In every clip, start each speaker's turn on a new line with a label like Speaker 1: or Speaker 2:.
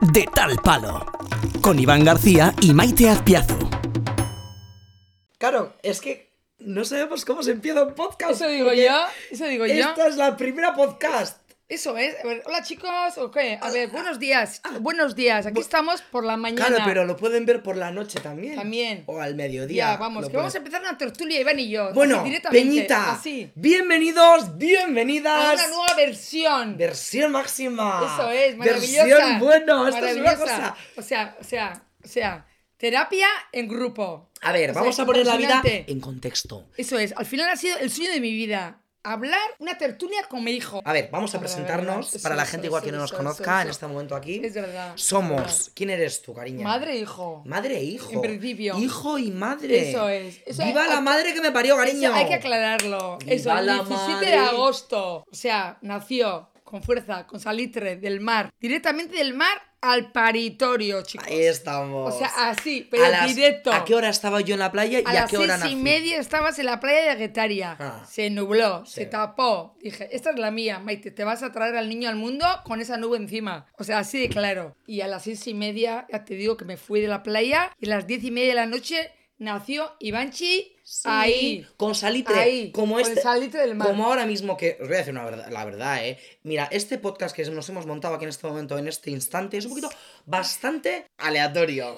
Speaker 1: De tal palo. Con Iván García y Maite Azpiazu.
Speaker 2: Claro, es que no sabemos cómo se empieza un podcast.
Speaker 3: Eso digo
Speaker 2: porque
Speaker 3: yo, eso digo yo.
Speaker 2: Esta es la primera podcast.
Speaker 3: Eso es. A ver, hola chicos, ¿o qué?
Speaker 2: Ah,
Speaker 3: A ver, buenos días. Buenos días. Aquí estamos por la mañana.
Speaker 2: Claro, pero lo pueden ver por la noche también.
Speaker 3: También.
Speaker 2: O al mediodía.
Speaker 3: Ya, vamos,
Speaker 2: lo
Speaker 3: que vamos a
Speaker 2: pueden-
Speaker 3: empezar una tertulia, Iván y yo.
Speaker 2: Bueno,
Speaker 3: así, directamente,
Speaker 2: Peñita,
Speaker 3: Así.
Speaker 2: bienvenidos,
Speaker 3: A
Speaker 2: bienvenidas.
Speaker 3: una nueva versión.
Speaker 2: Versión máxima.
Speaker 3: Eso es, maravillosa.
Speaker 2: Versión bueno, esto es una
Speaker 3: maravillosa.
Speaker 2: cosa.
Speaker 3: O sea, o sea, o sea, terapia en grupo.
Speaker 2: A ver,
Speaker 3: O sea,
Speaker 2: vamos a poner la vida
Speaker 3: impresionante.
Speaker 2: en contexto.
Speaker 3: Eso es, al final ha sido el sueño de mi vida. Hablar una tertulia con mi hijo.
Speaker 2: A ver, vamos a
Speaker 3: A ver, a ver,
Speaker 2: presentarnos
Speaker 3: eso,
Speaker 2: para la
Speaker 3: eso,
Speaker 2: gente igual
Speaker 3: eso,
Speaker 2: que no nos
Speaker 3: eso,
Speaker 2: conozca
Speaker 3: eso,
Speaker 2: en
Speaker 3: eso.
Speaker 2: este momento aquí.
Speaker 3: Es verdad.
Speaker 2: Somos, ¿quién eres tú, cariño?
Speaker 3: Madre e hijo.
Speaker 2: Madre e hijo.
Speaker 3: En principio.
Speaker 2: Hijo y madre.
Speaker 3: Eso es. Eso
Speaker 2: Viva
Speaker 3: hay-
Speaker 2: la
Speaker 3: hay-
Speaker 2: madre que me parió, cariño.
Speaker 3: Eso hay que aclararlo.
Speaker 2: Viva
Speaker 3: Eso, el
Speaker 2: la
Speaker 3: 17
Speaker 2: madre.
Speaker 3: de agosto. O sea, nació con fuerza, con salitre del mar. Directamente del mar al paritorio, chicos.
Speaker 2: Ahí estamos.
Speaker 3: O sea, así, pero
Speaker 2: A las-
Speaker 3: directo.
Speaker 2: ¿A qué hora estaba yo en la playa y
Speaker 3: A
Speaker 2: a,
Speaker 3: las
Speaker 2: qué hora
Speaker 3: seis
Speaker 2: nací?
Speaker 3: y media estabas en la playa de Guetaria.
Speaker 2: Ah.
Speaker 3: Se nubló,
Speaker 2: Sí.
Speaker 3: se tapó. Dije, esta es la mía, Maite, te vas a traer al niño al mundo con esa nube encima. O sea, así de claro. Y a las seis y media, ya te digo que me fui de la playa y a las diez y media de la noche nació Ivanchi
Speaker 2: Sí,
Speaker 3: ahí.
Speaker 2: Con salitre.
Speaker 3: Ahí,
Speaker 2: como
Speaker 3: con el
Speaker 2: este,
Speaker 3: salitre del mar.
Speaker 2: Como ahora mismo que. Os voy a decir una verdad, la verdad, eh. Mira, este podcast que nos hemos montado aquí en este momento, en este instante, es un poquito bastante aleatorio.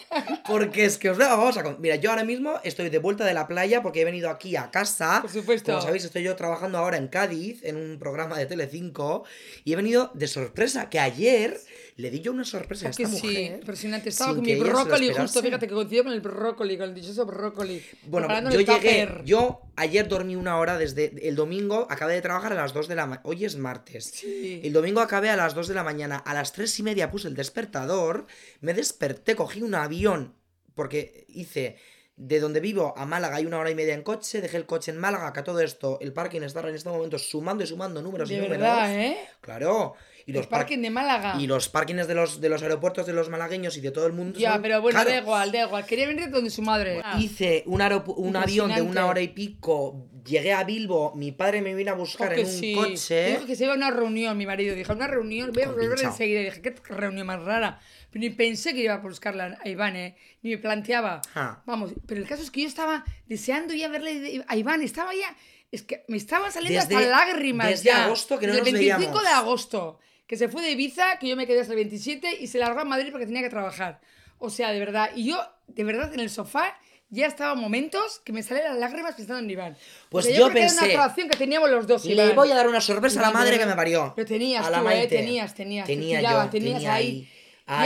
Speaker 2: Porque es que os voy a- vamos a. con- Mira, yo ahora mismo estoy de vuelta de la playa porque he venido aquí a casa.
Speaker 3: Por supuesto.
Speaker 2: Como sabéis, estoy yo trabajando ahora en Cádiz, en un programa de Telecinco. Y he venido de sorpresa, que ayer le di yo una sorpresa a esta
Speaker 3: que sí,
Speaker 2: mujer.
Speaker 3: ¿eh? impresionante. Estaba
Speaker 2: sin
Speaker 3: con
Speaker 2: que
Speaker 3: mi
Speaker 2: ella se lo
Speaker 3: brócoli,
Speaker 2: esperase.
Speaker 3: justo, fíjate que coincidió con el brócoli, con el dichoso brócoli.
Speaker 2: Bueno,
Speaker 3: preparando
Speaker 2: yo
Speaker 3: el
Speaker 2: llegué,
Speaker 3: tupper.
Speaker 2: yo ayer dormí una hora desde el domingo, acabé de trabajar a las 2 de la mañana, hoy es martes.
Speaker 3: Sí.
Speaker 2: El domingo acabé a las 2 de la mañana, a las 3 y media puse el despertador, me desperté, cogí un avión, porque hice de donde vivo a Málaga hay una hora y media en coche, dejé el coche en Málaga, que a todo esto el parking está en este momento sumando y sumando números y
Speaker 3: De
Speaker 2: números.
Speaker 3: verdad, ¿eh?
Speaker 2: Claro. Y los,
Speaker 3: el
Speaker 2: par-
Speaker 3: parking de Málaga.
Speaker 2: y los parkings de los, de los aeropuertos de los malagueños y de todo el mundo.
Speaker 3: Ya,
Speaker 2: son
Speaker 3: pero bueno, da
Speaker 2: caros.
Speaker 3: igual, da igual. Quería venir donde su madre. Ah,
Speaker 2: Hice un, aeropu- un avión de una
Speaker 3: Impresionante.
Speaker 2: hora y pico, llegué a Bilbo, mi padre me vino a buscar
Speaker 3: porque
Speaker 2: en un
Speaker 3: Oh, sí.
Speaker 2: coche.
Speaker 3: Dijo que se iba a una reunión, mi marido. Dijo, una reunión, voy a
Speaker 2: Con
Speaker 3: volver
Speaker 2: pinchao.
Speaker 3: enseguida. Y Dije, qué reunión más rara. Pero ni pensé que iba a buscarla a Iván, ¿eh? Ni me planteaba.
Speaker 2: Ah.
Speaker 3: Vamos, pero el caso es que yo estaba deseando ya verle de- a Iván. Estaba ya... Es que me estaba saliendo
Speaker 2: Desde-
Speaker 3: hasta lágrimas
Speaker 2: desde
Speaker 3: ya.
Speaker 2: agosto que no
Speaker 3: Desde
Speaker 2: nos
Speaker 3: El 25 de
Speaker 2: veíamos.
Speaker 3: agosto, que se fue de Ibiza, que yo me quedé hasta el 27 y se largó a Madrid porque tenía que trabajar. O sea, de verdad. Y yo, de verdad, en el sofá ya estaba momentos que me salían las lágrimas pensando en Iván.
Speaker 2: Pues
Speaker 3: O sea,
Speaker 2: yo
Speaker 3: creo que era
Speaker 2: pensé,
Speaker 3: una atracción que teníamos los dos.
Speaker 2: Le
Speaker 3: Iván.
Speaker 2: voy a dar una sorpresa a la
Speaker 3: Iván,
Speaker 2: madre
Speaker 3: Iván.
Speaker 2: que me parió.
Speaker 3: Lo tenías
Speaker 2: a la
Speaker 3: tú, eh,
Speaker 2: Maite.
Speaker 3: tenías, tenías. te
Speaker 2: Tenía
Speaker 3: tiraba,
Speaker 2: yo,
Speaker 3: tenías
Speaker 2: tenía
Speaker 3: ahí.
Speaker 2: ahí.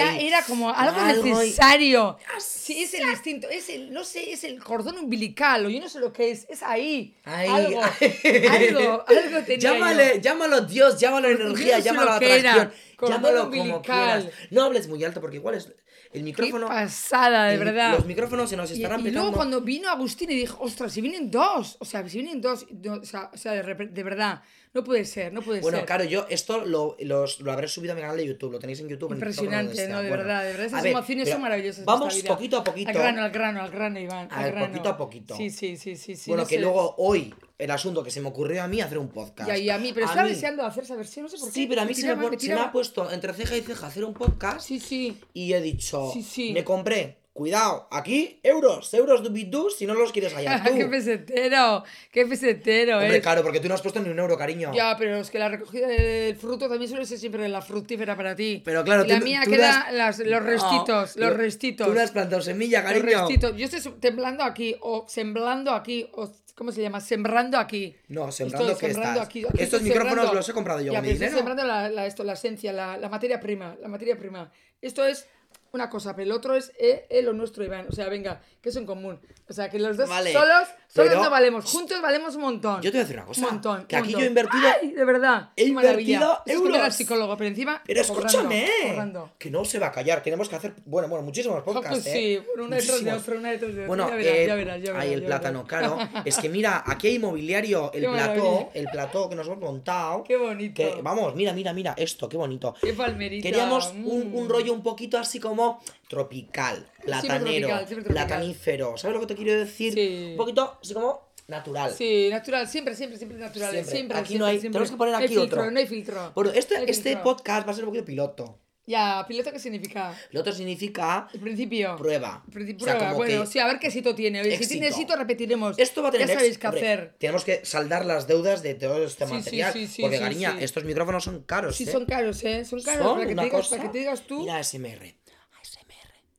Speaker 3: Ya era como algo,
Speaker 2: y- Ah,
Speaker 3: necesario. Sí, es el instinto, es el, no sé, es el cordón umbilical, o yo no sé lo que es, es ahí.
Speaker 2: Ahí.
Speaker 3: Algo, algo, algo tenía
Speaker 2: Llámale,
Speaker 3: yo.
Speaker 2: llámalo Dios, llámalo energía,
Speaker 3: no sé
Speaker 2: llámalo
Speaker 3: lo que era.
Speaker 2: atracción,
Speaker 3: Cordón
Speaker 2: llámalo como
Speaker 3: umbilical.
Speaker 2: quieras. No hables muy alto porque igual es el
Speaker 3: Qué
Speaker 2: micrófono.
Speaker 3: pasada, de
Speaker 2: el-
Speaker 3: verdad.
Speaker 2: Los micrófonos se nos
Speaker 3: Y,
Speaker 2: estarán
Speaker 3: y
Speaker 2: pelando.
Speaker 3: luego cuando vino Agustín y dijo, ostras, si vienen dos, o sea, si vienen dos, no, o sea, o sea, de, repe- de verdad, no puede ser, no puede
Speaker 2: Bueno,
Speaker 3: ser.
Speaker 2: claro, yo esto lo, los- lo habré subido a mi canal de YouTube, lo tenéis en YouTube. en TikTok,
Speaker 3: Impresionante,
Speaker 2: donde sea.
Speaker 3: no, de
Speaker 2: este, Bueno,
Speaker 3: verdad, de verdad.
Speaker 2: a
Speaker 3: Esas
Speaker 2: ver,
Speaker 3: emociones
Speaker 2: pero
Speaker 3: son maravillosas. de
Speaker 2: Vamos
Speaker 3: esta vida.
Speaker 2: poquito a poquito.
Speaker 3: Al grano, al grano, al grano, Iván.
Speaker 2: A
Speaker 3: al
Speaker 2: ver,
Speaker 3: grano.
Speaker 2: poquito a poquito.
Speaker 3: Sí, sí, sí, sí. sí
Speaker 2: bueno,
Speaker 3: no
Speaker 2: que
Speaker 3: sé.
Speaker 2: luego hoy el asunto que se me ocurrió a mí hacer un podcast.
Speaker 3: Y ahí a mí, pero
Speaker 2: A
Speaker 3: estaba
Speaker 2: mí-
Speaker 3: deseando hacer esa versión, no sé por qué.
Speaker 2: Sí, pero a mí se me,
Speaker 3: tiraba,
Speaker 2: pon- se me
Speaker 3: tiraba.
Speaker 2: ha puesto entre ceja y ceja hacer un podcast
Speaker 3: Sí, sí.
Speaker 2: y he dicho,
Speaker 3: Sí, sí.
Speaker 2: me compré, cuidado, aquí euros, euros de bidú si no los quieres hallar tú.
Speaker 3: ¡Qué pesetero! ¡Qué pesetero,
Speaker 2: Hombre,
Speaker 3: eh!
Speaker 2: claro, porque tú no has puesto ni un euro, cariño.
Speaker 3: Ya, pero es que la recogida del fruto también suele ser siempre la fructífera para ti.
Speaker 2: Pero claro,
Speaker 3: Y la
Speaker 2: tú-
Speaker 3: mía
Speaker 2: tú
Speaker 3: queda
Speaker 2: das-
Speaker 3: las- los
Speaker 2: No,
Speaker 3: restitos,
Speaker 2: tú-
Speaker 3: los restitos.
Speaker 2: Tú no has plantado semilla,
Speaker 3: los
Speaker 2: cariño.
Speaker 3: restitos. Yo estoy temblando aquí, o semblando aquí, o ¿cómo se llama? Sembrando aquí.
Speaker 2: No, sembrando
Speaker 3: Estoy
Speaker 2: que
Speaker 3: sembrando
Speaker 2: estás.
Speaker 3: aquí, aquí
Speaker 2: Estos
Speaker 3: estoy
Speaker 2: micrófonos
Speaker 3: sembrando.
Speaker 2: los he comprado yo
Speaker 3: Ya,
Speaker 2: con
Speaker 3: pero
Speaker 2: mi
Speaker 3: estoy
Speaker 2: dinero.
Speaker 3: sembrando la, la- esto, la esencia, la, la materia prima, la materia prima. Esto es una cosa, pero el otro es eh, eh, lo nuestro, Iván. O sea, venga, que es en común. O sea, que los dos
Speaker 2: Vale,
Speaker 3: solos, solos
Speaker 2: pero-
Speaker 3: no valemos. Juntos valemos un montón.
Speaker 2: Yo te voy a decir una cosa,
Speaker 3: Un montón.
Speaker 2: que
Speaker 3: un
Speaker 2: aquí
Speaker 3: montón.
Speaker 2: yo he invertido-
Speaker 3: ¡Ay, de verdad!
Speaker 2: he
Speaker 3: qué maravilla.
Speaker 2: invertido
Speaker 3: Eso es como ir al
Speaker 2: euros.
Speaker 3: psicólogo, pero encima...
Speaker 2: Pero
Speaker 3: cobrando,
Speaker 2: escúchame,
Speaker 3: cobrando.
Speaker 2: eh. que no se va a callar. Tenemos que hacer, bueno, bueno, muchísimos
Speaker 3: Ojo,
Speaker 2: podcasts.
Speaker 3: Ah, pues sí,
Speaker 2: ¿eh?
Speaker 3: bueno, una detrás de
Speaker 2: Muchísimos.
Speaker 3: otra, una detrás de otra.
Speaker 2: Bueno,
Speaker 3: Ya verás,
Speaker 2: eh,
Speaker 3: ya verás, ya verás,
Speaker 2: ahí el
Speaker 3: ya
Speaker 2: plátano,
Speaker 3: verás.
Speaker 2: claro. Es que mira, aquí hay inmobiliario, el
Speaker 3: Qué
Speaker 2: plató,
Speaker 3: maravilla.
Speaker 2: el plató que nos hemos montado.
Speaker 3: Qué bonito.
Speaker 2: que- vamos, mira, mira, mira, esto, qué bonito.
Speaker 3: ¡Qué palmerita!
Speaker 2: Queríamos un, un
Speaker 3: mm.
Speaker 2: rollo un poquito así como platanero, platanero,
Speaker 3: tropical, siempre tropical.
Speaker 2: platanífero. ¿Sabes lo que te quiero decir?
Speaker 3: Sí.
Speaker 2: Un poquito así como natural.
Speaker 3: Sí, natural, siempre, siempre, siempre natural.
Speaker 2: Siempre.
Speaker 3: Siempre.
Speaker 2: Aquí
Speaker 3: siempre,
Speaker 2: no hay-
Speaker 3: siempre.
Speaker 2: tenemos que poner aquí
Speaker 3: no hay filtro,
Speaker 2: otro.
Speaker 3: No hay filtro.
Speaker 2: Bueno, este,
Speaker 3: No hay
Speaker 2: este
Speaker 3: filtro.
Speaker 2: podcast va a ser un poquito piloto.
Speaker 3: Ya, piloto, ¿qué significa?
Speaker 2: Piloto significa
Speaker 3: El principio.
Speaker 2: prueba.
Speaker 3: Princi-
Speaker 2: O sea,
Speaker 3: prueba,
Speaker 2: como
Speaker 3: bueno,
Speaker 2: que
Speaker 3: sí, a ver qué sitio tiene. Oye, Si
Speaker 2: éxito.
Speaker 3: tiene sitio, repetiremos.
Speaker 2: Esto va a tener
Speaker 3: Ya sabéis
Speaker 2: éxito,
Speaker 3: qué
Speaker 2: hombre.
Speaker 3: hacer.
Speaker 2: Tenemos que saldar las deudas de todo este
Speaker 3: Sí, sí,
Speaker 2: material.
Speaker 3: sí, sí,
Speaker 2: porque,
Speaker 3: sí,
Speaker 2: cariña,
Speaker 3: sí.
Speaker 2: estos micrófonos son caros.
Speaker 3: Sí,
Speaker 2: ¿eh?
Speaker 3: son caros, ¿eh? Son caros.
Speaker 2: Son
Speaker 3: para, que te
Speaker 2: una
Speaker 3: digas,
Speaker 2: cosa-
Speaker 3: para que te digas tú.
Speaker 2: Mira SMR.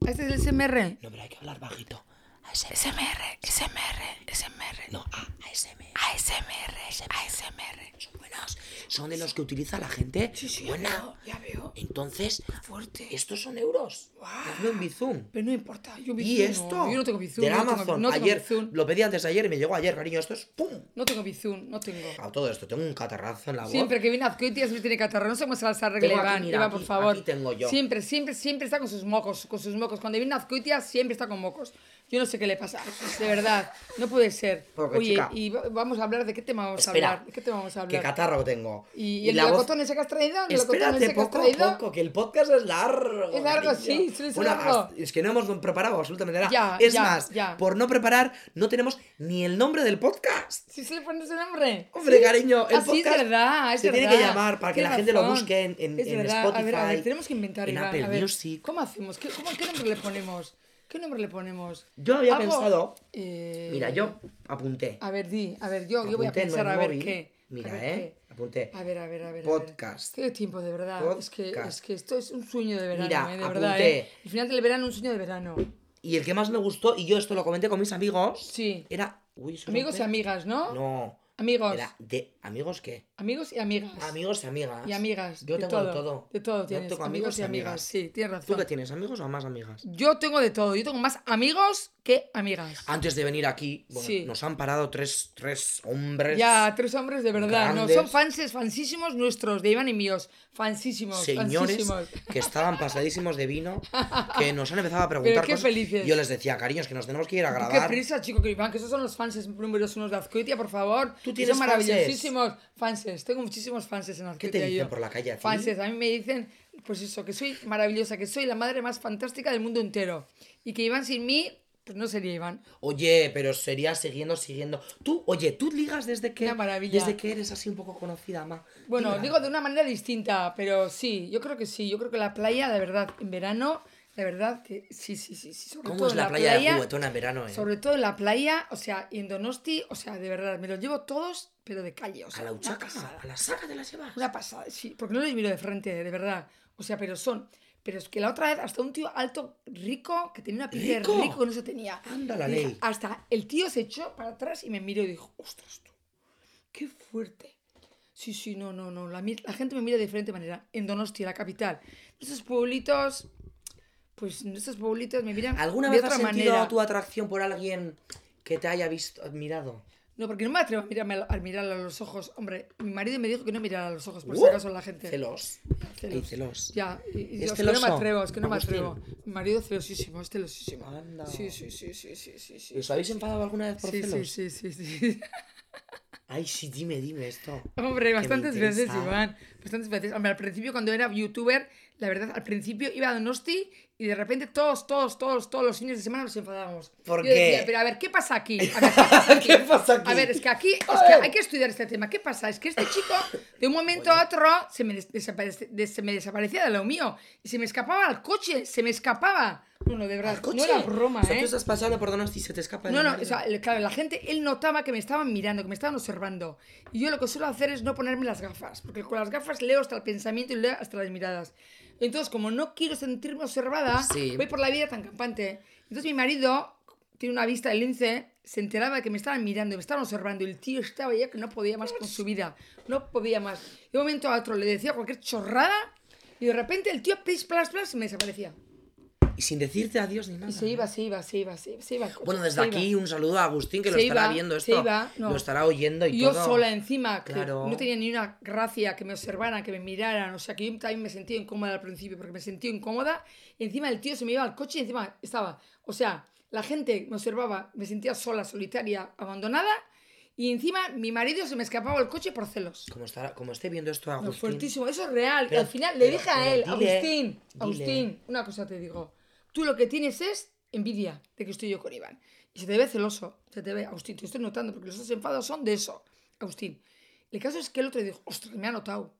Speaker 3: Este es el SMR.
Speaker 2: No, pero hay que hablar bajito.
Speaker 3: SMR, SMR, SMR.
Speaker 2: No, ah, ASMR.
Speaker 3: ASMR, ASMR.
Speaker 2: Son buenos. Son de los que utiliza la gente. Buena.
Speaker 3: Ya veo.
Speaker 2: Entonces,
Speaker 3: Fuerte.
Speaker 2: estos son euros. Hazlo en Bizum.
Speaker 3: Pero no importa. Yo Bizum
Speaker 2: Y
Speaker 3: no,
Speaker 2: esto
Speaker 3: Yo no tengo Bizum.
Speaker 2: del
Speaker 3: no tengo-
Speaker 2: Amazon.
Speaker 3: no tengo
Speaker 2: ayer
Speaker 3: Bizum.
Speaker 2: lo pedí antes de ayer y me llegó ayer, cariño. Esto es pum.
Speaker 3: No tengo Bizum, no tengo.
Speaker 2: A todo esto tengo un catarrazo en la voz.
Speaker 3: Siempre que viene Azcoitia siempre tiene catarro. No sé cómo se las arregla
Speaker 2: Tengo aquí,
Speaker 3: Iván.
Speaker 2: mira,
Speaker 3: Iván,
Speaker 2: aquí-
Speaker 3: por favor.
Speaker 2: aquí tengo yo.
Speaker 3: Siempre, siempre, siempre está con sus mocos, con sus mocos. Cuando viene Azcoitia siempre está con mocos. Yo no sé qué le pasa. De verdad, no puede ser.
Speaker 2: Porque,
Speaker 3: Oye,
Speaker 2: chica-
Speaker 3: y va- vamos a hablar de qué tema vamos
Speaker 2: Espera.
Speaker 3: a hablar. ¿De qué tema vamos a
Speaker 2: Qué
Speaker 3: hablar?
Speaker 2: catarro tengo.
Speaker 3: ¿Y, y el
Speaker 2: la voz-
Speaker 3: melocotón ese que has traído? ¿El melocotón
Speaker 2: Espérate
Speaker 3: ese que has
Speaker 2: poco a
Speaker 3: traído?
Speaker 2: poco, que el podcast es largo.
Speaker 3: Es largo,
Speaker 2: cariño.
Speaker 3: sí, sí, es
Speaker 2: Bueno,
Speaker 3: largo.
Speaker 2: as- Es que no hemos preparado absolutamente nada.
Speaker 3: Ya,
Speaker 2: es
Speaker 3: ya,
Speaker 2: más,
Speaker 3: ya.
Speaker 2: por no preparar, no tenemos ni el nombre del podcast.
Speaker 3: Sí, se le pone ese nombre.
Speaker 2: Hombre,
Speaker 3: Sí.
Speaker 2: cariño, el
Speaker 3: Ah, sí,
Speaker 2: podcast
Speaker 3: es verdad, es
Speaker 2: se tiene
Speaker 3: verdad.
Speaker 2: que llamar para que
Speaker 3: Tienes
Speaker 2: la gente lo
Speaker 3: razón.
Speaker 2: busque en- en-
Speaker 3: Es
Speaker 2: en
Speaker 3: verdad. A ver, a ver,
Speaker 2: Spotify,
Speaker 3: tenemos que inventar,
Speaker 2: en
Speaker 3: Iván,
Speaker 2: Apple
Speaker 3: a ver,
Speaker 2: Music.
Speaker 3: ¿Cómo hacemos? ¿Qué, cómo- qué nombre le ponemos? ¿Qué nombre le ponemos?
Speaker 2: Yo había
Speaker 3: Algo,
Speaker 2: pensado-
Speaker 3: eh,
Speaker 2: Mira, yo apunté.
Speaker 3: A ver, di, a ver, Ah, yo, yo voy a
Speaker 2: Apunté en
Speaker 3: pensar
Speaker 2: el
Speaker 3: a ver
Speaker 2: móvil.
Speaker 3: qué. a
Speaker 2: Mira,
Speaker 3: ver
Speaker 2: eh, apunté.
Speaker 3: qué. A ver, a ver, a ver. a ver.
Speaker 2: Podcast.
Speaker 3: Qué tiempo, de verdad. Es que, es
Speaker 2: Podcast.
Speaker 3: que esto es un sueño de verano,
Speaker 2: Mira,
Speaker 3: eh, de verdad.
Speaker 2: apunté.
Speaker 3: eh. El final del verano, un sueño de verano.
Speaker 2: Y el que más me gustó, y yo esto lo comenté con mis amigos,
Speaker 3: Sí.
Speaker 2: era. Uy, eso
Speaker 3: Amigos y
Speaker 2: rompe.
Speaker 3: amigas, ¿no?
Speaker 2: No.
Speaker 3: Amigos.
Speaker 2: Era de. ¿Amigos qué?
Speaker 3: Amigos y amigas.
Speaker 2: Amigos y amigas.
Speaker 3: Y amigas.
Speaker 2: Yo
Speaker 3: de
Speaker 2: tengo
Speaker 3: todo,
Speaker 2: de todo.
Speaker 3: De todo
Speaker 2: Yo
Speaker 3: tienes.
Speaker 2: tengo
Speaker 3: amigos, y amigas. Sí, tienes
Speaker 2: ¿Tú qué
Speaker 3: razón.
Speaker 2: tienes, amigos o más amigas?
Speaker 3: Yo tengo de todo. Yo tengo más amigos que amigas.
Speaker 2: Antes de venir aquí, bueno,
Speaker 3: Sí.
Speaker 2: nos han parado tres, tres hombres.
Speaker 3: Ya, tres hombres de verdad.
Speaker 2: Grandes.
Speaker 3: No, son fanses, fansísimos nuestros, de Iván y míos. Fansísimos,
Speaker 2: Señores
Speaker 3: fansísimos.
Speaker 2: que estaban pasadísimos de vino, que nos han empezado a preguntar.
Speaker 3: qué
Speaker 2: cosas.
Speaker 3: felices.
Speaker 2: Yo les decía, cariños, que nos tenemos que ir a
Speaker 3: Qué
Speaker 2: grabar.
Speaker 3: prisa, chico, que Iván, que esos son los fanses números unos de Azcoitia, por favor.
Speaker 2: Tú
Speaker 3: Que
Speaker 2: tienes
Speaker 3: son
Speaker 2: fanses.
Speaker 3: maravillosísimos fanses. Tengo muchísimos fanses en
Speaker 2: ¿Qué
Speaker 3: Azcoitia.
Speaker 2: te dicen
Speaker 3: yo.
Speaker 2: por la calle aquí?
Speaker 3: Fanses, a mí me dicen, pues eso, que soy maravillosa, que soy la madre más fantástica del mundo entero. Y que Iván sin mí, pues no sería Iván.
Speaker 2: Oye, pero sería siguiendo, siguiendo. Tú, oye, tú ligas desde que.
Speaker 3: Una maravilla.
Speaker 2: Desde que eres así un poco conocida, ma.
Speaker 3: Bueno,
Speaker 2: Liga.
Speaker 3: digo de una manera distinta, pero sí, yo creo que sí. Yo creo que la playa, de verdad, en verano, de verdad que sí, sí, sí. sí. Sobre
Speaker 2: ¿Cómo
Speaker 3: todo
Speaker 2: es
Speaker 3: en
Speaker 2: la playa, de juguetona en verano, eh?
Speaker 3: Sobre todo en la playa, o sea, y en Donosti, o sea, de verdad, me los llevo todos, pero de calle, o
Speaker 2: A
Speaker 3: sea,
Speaker 2: la
Speaker 3: una
Speaker 2: uchaca,
Speaker 3: pasada.
Speaker 2: a la saca de la llevas.
Speaker 3: Una pasada, sí, porque no les miro de frente, de verdad. O sea, pero son. Pero es que la otra vez, hasta un tío alto, rico, que tenía una pinta de
Speaker 2: ¿Rico?
Speaker 3: rico que no se tenía.
Speaker 2: Anda la
Speaker 3: Y
Speaker 2: ley.
Speaker 3: Hasta el tío se echó para atrás y me miró y dijo, ostras tú, qué fuerte. Sí, sí, no, no, no. La, mi- la gente me mira de diferente manera. En Donostia, la capital. Esos pueblitos, pues en esos pueblitos me miran
Speaker 2: ¿Alguna
Speaker 3: de
Speaker 2: vez
Speaker 3: otra
Speaker 2: has sentido
Speaker 3: manera.
Speaker 2: tu atracción por alguien que te haya visto, admirado?
Speaker 3: No, porque no me atrevo a mirarme a, a mirarle a los ojos. Hombre, mi marido me dijo que no mirara a los ojos, por si
Speaker 2: Uh,
Speaker 3: acaso la gente.
Speaker 2: Celos.
Speaker 3: Celos.
Speaker 2: Ay, celos.
Speaker 3: Ya, y, y
Speaker 2: ¿Es
Speaker 3: es que no me
Speaker 2: celoso,
Speaker 3: atrevo, es que no me
Speaker 2: Agustín?
Speaker 3: atrevo. Mi marido es celosísimo, es celosísimo.
Speaker 2: Anda.
Speaker 3: Sí, sí, sí, sí, sí, sí, sí.
Speaker 2: ¿Os habéis enfadado alguna vez por
Speaker 3: Sí, sí,
Speaker 2: celos?
Speaker 3: sí, sí, sí.
Speaker 2: Ay, sí, dime, dime esto.
Speaker 3: Hombre, bastantes veces,
Speaker 2: interesa.
Speaker 3: Iván. Bastantes veces. Hombre, al principio cuando era youtuber, la verdad, al principio iba a Donosti y de repente todos, todos, todos, todos los fines de semana nos enfadábamos.
Speaker 2: ¿Por
Speaker 3: Yo decía,
Speaker 2: qué?
Speaker 3: pero a ver, ¿qué pasa aquí? A ver, ¿qué pasa aquí?
Speaker 2: ¿Qué pasa aquí?
Speaker 3: A ver, es que aquí es
Speaker 2: A
Speaker 3: que
Speaker 2: ver.
Speaker 3: hay que estudiar este tema. ¿Qué pasa? Es que este chico, de un momento a otro, se me, des- desapare- de- se me desaparecía de lo mío. Y se me escapaba al coche, se me escapaba. No, no, de verdad,
Speaker 2: ¿Al coche?
Speaker 3: no era broma,
Speaker 2: O sea,
Speaker 3: ¿eh?
Speaker 2: tú estás pasando por Donosti y se te escapa
Speaker 3: No,
Speaker 2: el
Speaker 3: no,
Speaker 2: marido.
Speaker 3: o sea, el- claro, la gente, él notaba que me estaban mirando, que me estaban observando. Y yo lo que suelo hacer es no ponerme las gafas, porque con las gafas leo hasta el pensamiento y leo hasta las miradas. Entonces, como no quiero sentirme observada,
Speaker 2: Sí.
Speaker 3: voy por la vida tan campante. Entonces mi marido tiene una vista de lince, se enteraba de que me estaban mirando, me estaban observando, y el tío estaba ya que no podía más con su vida, no podía más. De un momento a otro le decía cualquier chorrada y de repente el tío, plis, plas, plas, me desaparecía.
Speaker 2: Y sin decirte adiós ni nada.
Speaker 3: Y se iba, se iba, se iba, se iba. se iba al coche,
Speaker 2: Bueno,
Speaker 3: se
Speaker 2: desde
Speaker 3: iba.
Speaker 2: aquí un saludo a Agustín que lo
Speaker 3: Se
Speaker 2: estará
Speaker 3: iba,
Speaker 2: viendo
Speaker 3: se
Speaker 2: esto.
Speaker 3: iba, no.
Speaker 2: Lo estará oyendo y
Speaker 3: yo
Speaker 2: todo.
Speaker 3: sola encima, que
Speaker 2: Claro.
Speaker 3: no tenía ni una gracia que me observaran, que me miraran, o sea, que yo también me sentía incómoda al principio, porque me sentía incómoda, y encima el tío se me iba al coche y encima estaba, o sea, la gente me observaba, me sentía sola, solitaria, abandonada, y encima mi marido se me escapaba del coche por celos.
Speaker 2: Como, estará, como esté viendo esto
Speaker 3: No,
Speaker 2: Agustín.
Speaker 3: fuertísimo, eso es real.
Speaker 2: Pero-
Speaker 3: y al final le
Speaker 2: pero-
Speaker 3: dije a
Speaker 2: pero
Speaker 3: él,
Speaker 2: dile,
Speaker 3: Agustín,
Speaker 2: dile.
Speaker 3: Agustín, una cosa te digo. Tú lo que tienes es envidia de que estoy yo con Iván. Y se te ve celoso, se te ve, Agustín, te estoy notando porque los dos enfados son de eso, Agustín. El caso es que el otro dijo, ostras, me ha notado,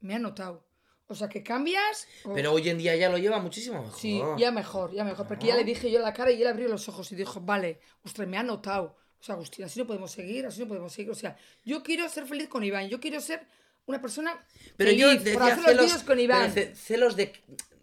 Speaker 3: me ha notado. O sea, que cambias. o-
Speaker 2: Pero hoy en día ya lo lleva muchísimo mejor.
Speaker 3: Sí, ya mejor, ya mejor. Porque ya le dije yo la cara y él abrió los ojos y dijo, vale, ostras, me ha notado. O sea, Agustín, así no podemos seguir, así no podemos seguir. O sea, yo quiero ser feliz con Iván, yo quiero ser una persona
Speaker 2: Pero
Speaker 3: feliz
Speaker 2: yo
Speaker 3: por
Speaker 2: decía
Speaker 3: hacer los
Speaker 2: celos,
Speaker 3: vídeos con Iván.
Speaker 2: pero ce- celos de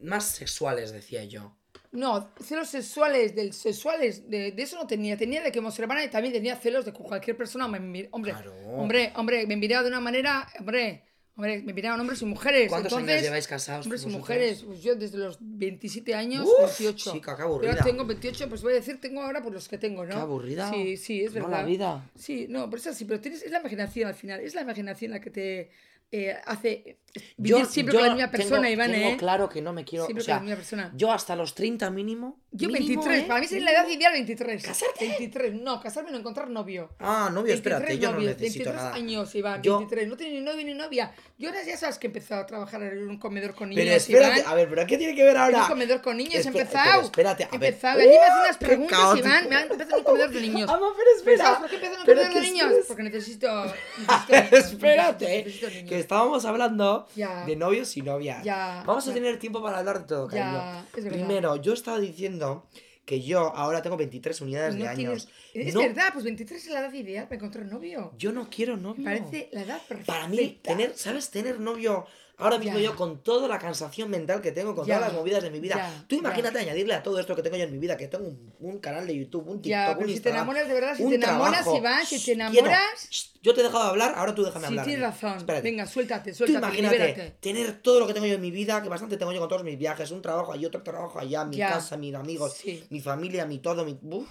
Speaker 2: más sexuales, decía yo.
Speaker 3: No, celos sexuales, del sexuales, de, de eso no tenía. Tenía de que mi hermana y también tenía celos de que cualquier persona me mir- Hombre,
Speaker 2: Claro.
Speaker 3: hombre, hombre, me miraba de una manera, hombre, hombre, me miraban hombres y mujeres.
Speaker 2: ¿Cuántos años
Speaker 3: Pues Entonces,
Speaker 2: lleváis casados
Speaker 3: Hombres y
Speaker 2: vosotros?
Speaker 3: mujeres, pues yo desde los 27 años,
Speaker 2: Uf,
Speaker 3: 28.
Speaker 2: chica, qué
Speaker 3: Yo
Speaker 2: aburrida.
Speaker 3: ahora tengo 28, pues voy a decir, tengo ahora por los que tengo, ¿no?
Speaker 2: Qué aburrida.
Speaker 3: Sí, sí, es
Speaker 2: No, la
Speaker 3: verdad.
Speaker 2: vida.
Speaker 3: Sí, no, pero es así, pero tienes, es la imaginación al final, es la imaginación la que te eh, hace vivir siempre con la misma persona,
Speaker 2: tengo,
Speaker 3: Iván,
Speaker 2: tengo
Speaker 3: ¿eh?
Speaker 2: claro que no me quiero.
Speaker 3: Siempre
Speaker 2: o sea,
Speaker 3: con la misma persona.
Speaker 2: Yo hasta los 30 mínimo.
Speaker 3: Yo
Speaker 2: mínimo,
Speaker 3: 23,
Speaker 2: ¿eh?
Speaker 3: para mí es la edad ideal 23. ¿Casarte? 23, no, casarme no encontrar novio.
Speaker 2: Ah, novio, espérate, yo no
Speaker 3: novios,
Speaker 2: necesito
Speaker 3: 23
Speaker 2: nada.
Speaker 3: años, Iván,
Speaker 2: Yo-
Speaker 3: 23, no tiene ni novio ni novia. Yo ahora ya sabes que he empezado a trabajar en un comedor con niños,
Speaker 2: Pero espérate,
Speaker 3: Iván.
Speaker 2: a ver, ¿pero qué tiene que ver
Speaker 3: En
Speaker 2: ahora?
Speaker 3: un comedor con niños, he
Speaker 2: Espe-
Speaker 3: empezado.
Speaker 2: pero espérate, a
Speaker 3: he
Speaker 2: ver.
Speaker 3: empezado. Allí me hacen
Speaker 2: ¡Uh,
Speaker 3: unas
Speaker 2: qué
Speaker 3: preguntas,
Speaker 2: caótico!
Speaker 3: Iván. Me han empezado en un comedor de niños.
Speaker 2: Ama, Ah, pero espera.
Speaker 3: ¿Sabes por qué empiezan en un
Speaker 2: Pero
Speaker 3: comedor de
Speaker 2: que
Speaker 3: niños?
Speaker 2: esperes.
Speaker 3: Porque necesito. necesito niños,
Speaker 2: Espérate,
Speaker 3: necesito niños.
Speaker 2: que estábamos hablando
Speaker 3: Ya.
Speaker 2: de novios y novias.
Speaker 3: Ya,
Speaker 2: Vamos
Speaker 3: ya.
Speaker 2: a tener tiempo para hablar de
Speaker 3: Ya,
Speaker 2: todo, cariño.
Speaker 3: es verdad. Pues
Speaker 2: Primero, yo estaba diciendo que yo ahora tengo 23 unidades de
Speaker 3: No tienes-
Speaker 2: años.
Speaker 3: Es
Speaker 2: No,
Speaker 3: verdad, pues 23 es la edad ideal para encontrar novio.
Speaker 2: Yo no quiero novio.
Speaker 3: Me parece la edad perfecta.
Speaker 2: Para mí, tener, ¿sabes? Tener novio ahora mismo
Speaker 3: Ya.
Speaker 2: yo con toda la cansación mental que tengo, con
Speaker 3: Ya,
Speaker 2: todas las movidas de mi vida.
Speaker 3: ya,
Speaker 2: Tú imagínate añadirle a todo esto que tengo yo en mi vida, que tengo un, un canal de YouTube, un TikTok,
Speaker 3: Ya, pero
Speaker 2: un
Speaker 3: si te
Speaker 2: Instagram,
Speaker 3: enamoras de verdad, si
Speaker 2: un
Speaker 3: te enamoras,
Speaker 2: trabajo.
Speaker 3: Iván, si te
Speaker 2: Shh, quieto.
Speaker 3: enamoras-
Speaker 2: Shh, yo te he dejado de hablar, ahora tú déjame
Speaker 3: Sí,
Speaker 2: hablar.
Speaker 3: tienes
Speaker 2: Dani.
Speaker 3: razón.
Speaker 2: Espérate.
Speaker 3: Venga, suéltate,
Speaker 2: Tú
Speaker 3: suéltate,
Speaker 2: imagínate
Speaker 3: libérate.
Speaker 2: tener todo lo que tengo yo en mi vida, que bastante tengo yo con todos mis viajes, un trabajo allí, otro trabajo allá, mi
Speaker 3: Ya.
Speaker 2: casa, mis amigos,
Speaker 3: Sí.
Speaker 2: mi familia, mi todo, mi... Uf.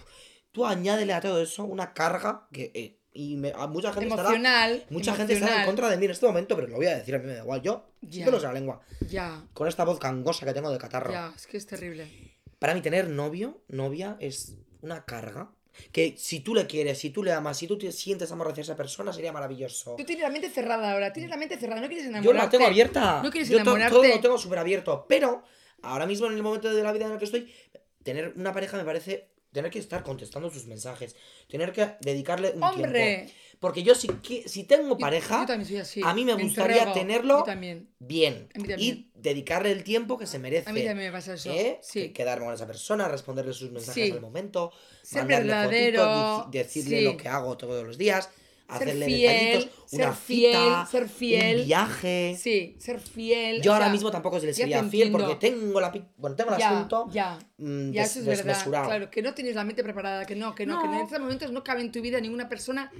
Speaker 2: Tú añádele a todo eso una carga que... eh, y me- a mucha gente estará-
Speaker 3: Emocional.
Speaker 2: Mucha gente está en
Speaker 3: emocional.
Speaker 2: contra de mí en este momento, pero lo voy a decir, a mí me da igual. Yo, sí
Speaker 3: Ya.
Speaker 2: pelos en la lengua,
Speaker 3: Ya,
Speaker 2: con esta voz cangosa que tengo de catarro.
Speaker 3: ya, es que es terrible.
Speaker 2: Para mí, tener novio, novia, es una carga. Que si tú le quieres, si tú le amas, si tú te sientes amor hacia esa persona, sería maravilloso.
Speaker 3: Tú tienes la mente cerrada ahora, tienes la mente cerrada, no quieres
Speaker 2: Yo
Speaker 3: enamorarte.
Speaker 2: la tengo abierta.
Speaker 3: No quieres
Speaker 2: Yo to-
Speaker 3: enamorarte.
Speaker 2: todo lo tengo súper abierto. Pero ahora mismo, en el momento de la vida en el que estoy, tener una pareja me parece tener que estar contestando sus mensajes. Tener que dedicarle un
Speaker 3: Hombre.
Speaker 2: tiempo. Porque yo, si, qui- si tengo
Speaker 3: Yo-
Speaker 2: pareja.
Speaker 3: Yo también soy así.
Speaker 2: a mí me gustaría
Speaker 3: entrego.
Speaker 2: tenerlo-
Speaker 3: Yo también.
Speaker 2: bien
Speaker 3: A mí
Speaker 2: y
Speaker 3: también.
Speaker 2: dedicarle el tiempo que se merece.
Speaker 3: A mí también me pasa eso.
Speaker 2: ¿eh?
Speaker 3: Sí.
Speaker 2: Que Quedarme con esa persona, responderle sus mensajes
Speaker 3: Sí.
Speaker 2: al momento,
Speaker 3: Ser
Speaker 2: mandarle
Speaker 3: verdadero,
Speaker 2: fotitos, dici- decirle
Speaker 3: sí.
Speaker 2: lo que hago todos los días, hacerle
Speaker 3: fiel,
Speaker 2: detallitos,
Speaker 3: ser
Speaker 2: una
Speaker 3: fiel,
Speaker 2: cita,
Speaker 3: ser fiel.
Speaker 2: un viaje.
Speaker 3: Sí, ser fiel.
Speaker 2: Yo
Speaker 3: o
Speaker 2: ahora
Speaker 3: sea,
Speaker 2: mismo tampoco se le
Speaker 3: ya
Speaker 2: sería
Speaker 3: te
Speaker 2: fiel
Speaker 3: entiendo.
Speaker 2: porque tengo la pi- bueno, tengo el
Speaker 3: ya,
Speaker 2: asunto
Speaker 3: Ya.
Speaker 2: mm,
Speaker 3: Ya,
Speaker 2: des-
Speaker 3: eso es verdad.
Speaker 2: desmesurado.
Speaker 3: Claro, que no tienes la mente preparada, que no, que no, que en
Speaker 2: No.
Speaker 3: estos momentos no cabe en tu vida ninguna persona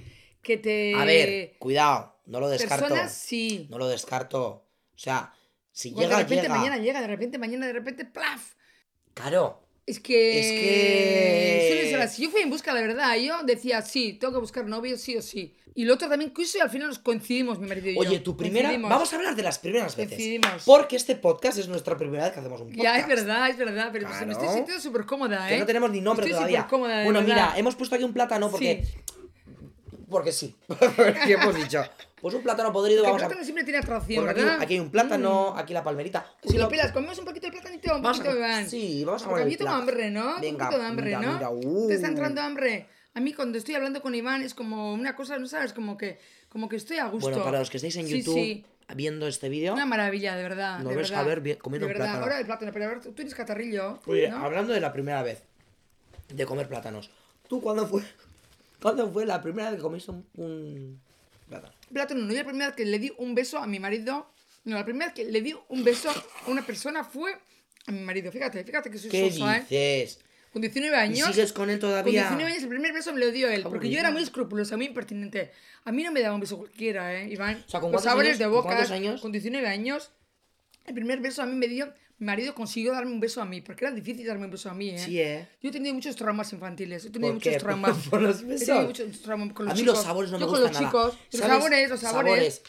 Speaker 3: que te.
Speaker 2: A ver, cuidado, no lo descarto.
Speaker 3: personas sí.
Speaker 2: No lo descarto. O sea, si
Speaker 3: Igual
Speaker 2: llega,
Speaker 3: de repente
Speaker 2: llega.
Speaker 3: mañana llega, de repente mañana, de repente, ¡plaf!
Speaker 2: Claro,
Speaker 3: Es que...
Speaker 2: Es que-
Speaker 3: suele ser así. Yo fui en busca, la verdad. Yo decía, sí, tengo que buscar novio, sí o sí. Y lo otro también, que eso, y al final nos coincidimos, mi marido y yo.
Speaker 2: Oye, tu primera.
Speaker 3: Coincidimos.
Speaker 2: Vamos a hablar de las primeras veces.
Speaker 3: Coincidimos.
Speaker 2: Porque este podcast es nuestra primera vez que hacemos un podcast.
Speaker 3: Ya, es verdad, es verdad. Pero pues, me
Speaker 2: Claro.
Speaker 3: estoy sintiendo súper cómoda, ¿eh?
Speaker 2: Que no tenemos ni nombre
Speaker 3: Estoy
Speaker 2: todavía.
Speaker 3: súper cómoda, de
Speaker 2: bueno,
Speaker 3: verdad.
Speaker 2: mira, hemos puesto aquí un plátano porque.
Speaker 3: Sí.
Speaker 2: Porque sí. porque hemos dicho. Pues un plátano podrido,
Speaker 3: Que el
Speaker 2: vamos a.
Speaker 3: plátano siempre tiene atracción,
Speaker 2: Porque aquí,
Speaker 3: ¿verdad? Mm.
Speaker 2: aquí hay un plátano, aquí la palmerita.
Speaker 3: Si lo
Speaker 2: Uy,
Speaker 3: pelas, comemos un poquito de platanito, un
Speaker 2: Vamos a-
Speaker 3: poquito de van.
Speaker 2: sí, vamos a
Speaker 3: Porque
Speaker 2: comer
Speaker 3: a mí
Speaker 2: el
Speaker 3: tengo
Speaker 2: plátano.
Speaker 3: hambre, ¿no? Tengo un
Speaker 2: Venga,
Speaker 3: poquito de hambre,
Speaker 2: mira,
Speaker 3: ¿no?
Speaker 2: mira, uh.
Speaker 3: Te está entrando hambre. A mí cuando estoy hablando con Iván es como una cosa, no sabes, como que, como que estoy a gusto.
Speaker 2: Bueno, para los que estáis en
Speaker 3: Sí,
Speaker 2: YouTube
Speaker 3: sí.
Speaker 2: viendo este vídeo.
Speaker 3: Una maravilla, de verdad.
Speaker 2: No
Speaker 3: de
Speaker 2: ves
Speaker 3: verdad.
Speaker 2: a ver bien- comiendo
Speaker 3: de
Speaker 2: un
Speaker 3: verdad.
Speaker 2: plátano.
Speaker 3: Ahora el plátano, pero a ver, tú tú eres catarrillo.
Speaker 2: Oye,
Speaker 3: ¿no?
Speaker 2: hablando de la primera vez de comer plátanos. ¿Tú cuándo fue? ¿Cuándo fue la primera vez que comiste un, un plátano?
Speaker 3: Plátano, no, yo la primera vez que le di un beso a mi marido. No, la primera vez que le di un beso a una persona fue a mi marido. Fíjate, fíjate que soy
Speaker 2: ¿Qué
Speaker 3: sosa, ¿eh?
Speaker 2: dices?
Speaker 3: Con 19
Speaker 2: ¿Y
Speaker 3: años.
Speaker 2: sigues con él
Speaker 3: Con
Speaker 2: todavía?
Speaker 3: 19 años el primer beso me lo dio él,
Speaker 2: Qué
Speaker 3: porque yo
Speaker 2: aburrido.
Speaker 3: era muy escrupulosa, muy impertinente. A mí no me daba un beso cualquiera, ¿eh, Iván?
Speaker 2: O sea, ¿con
Speaker 3: Los
Speaker 2: cuántos
Speaker 3: sabores
Speaker 2: años?
Speaker 3: de
Speaker 2: ¿Con
Speaker 3: boca,
Speaker 2: cuántos años?
Speaker 3: Con 19 años, el primer beso a mí me dio, mi marido consiguió darme un beso a mí, porque era difícil darme un beso a mí, ¿eh?
Speaker 2: Sí, ¿eh?
Speaker 3: Yo he tenido muchos traumas infantiles, he tenido
Speaker 2: ¿Por
Speaker 3: muchos
Speaker 2: qué?
Speaker 3: traumas.
Speaker 2: ¿Por los
Speaker 3: He
Speaker 2: besos?
Speaker 3: tenido muchos traumas con
Speaker 2: a
Speaker 3: los
Speaker 2: mí
Speaker 3: chicos.
Speaker 2: los sabores no
Speaker 3: yo
Speaker 2: me
Speaker 3: con
Speaker 2: gustan
Speaker 3: los chicos,
Speaker 2: nada.
Speaker 3: los
Speaker 2: ¿Sabes?
Speaker 3: sabores, los sabores.
Speaker 2: Sabores.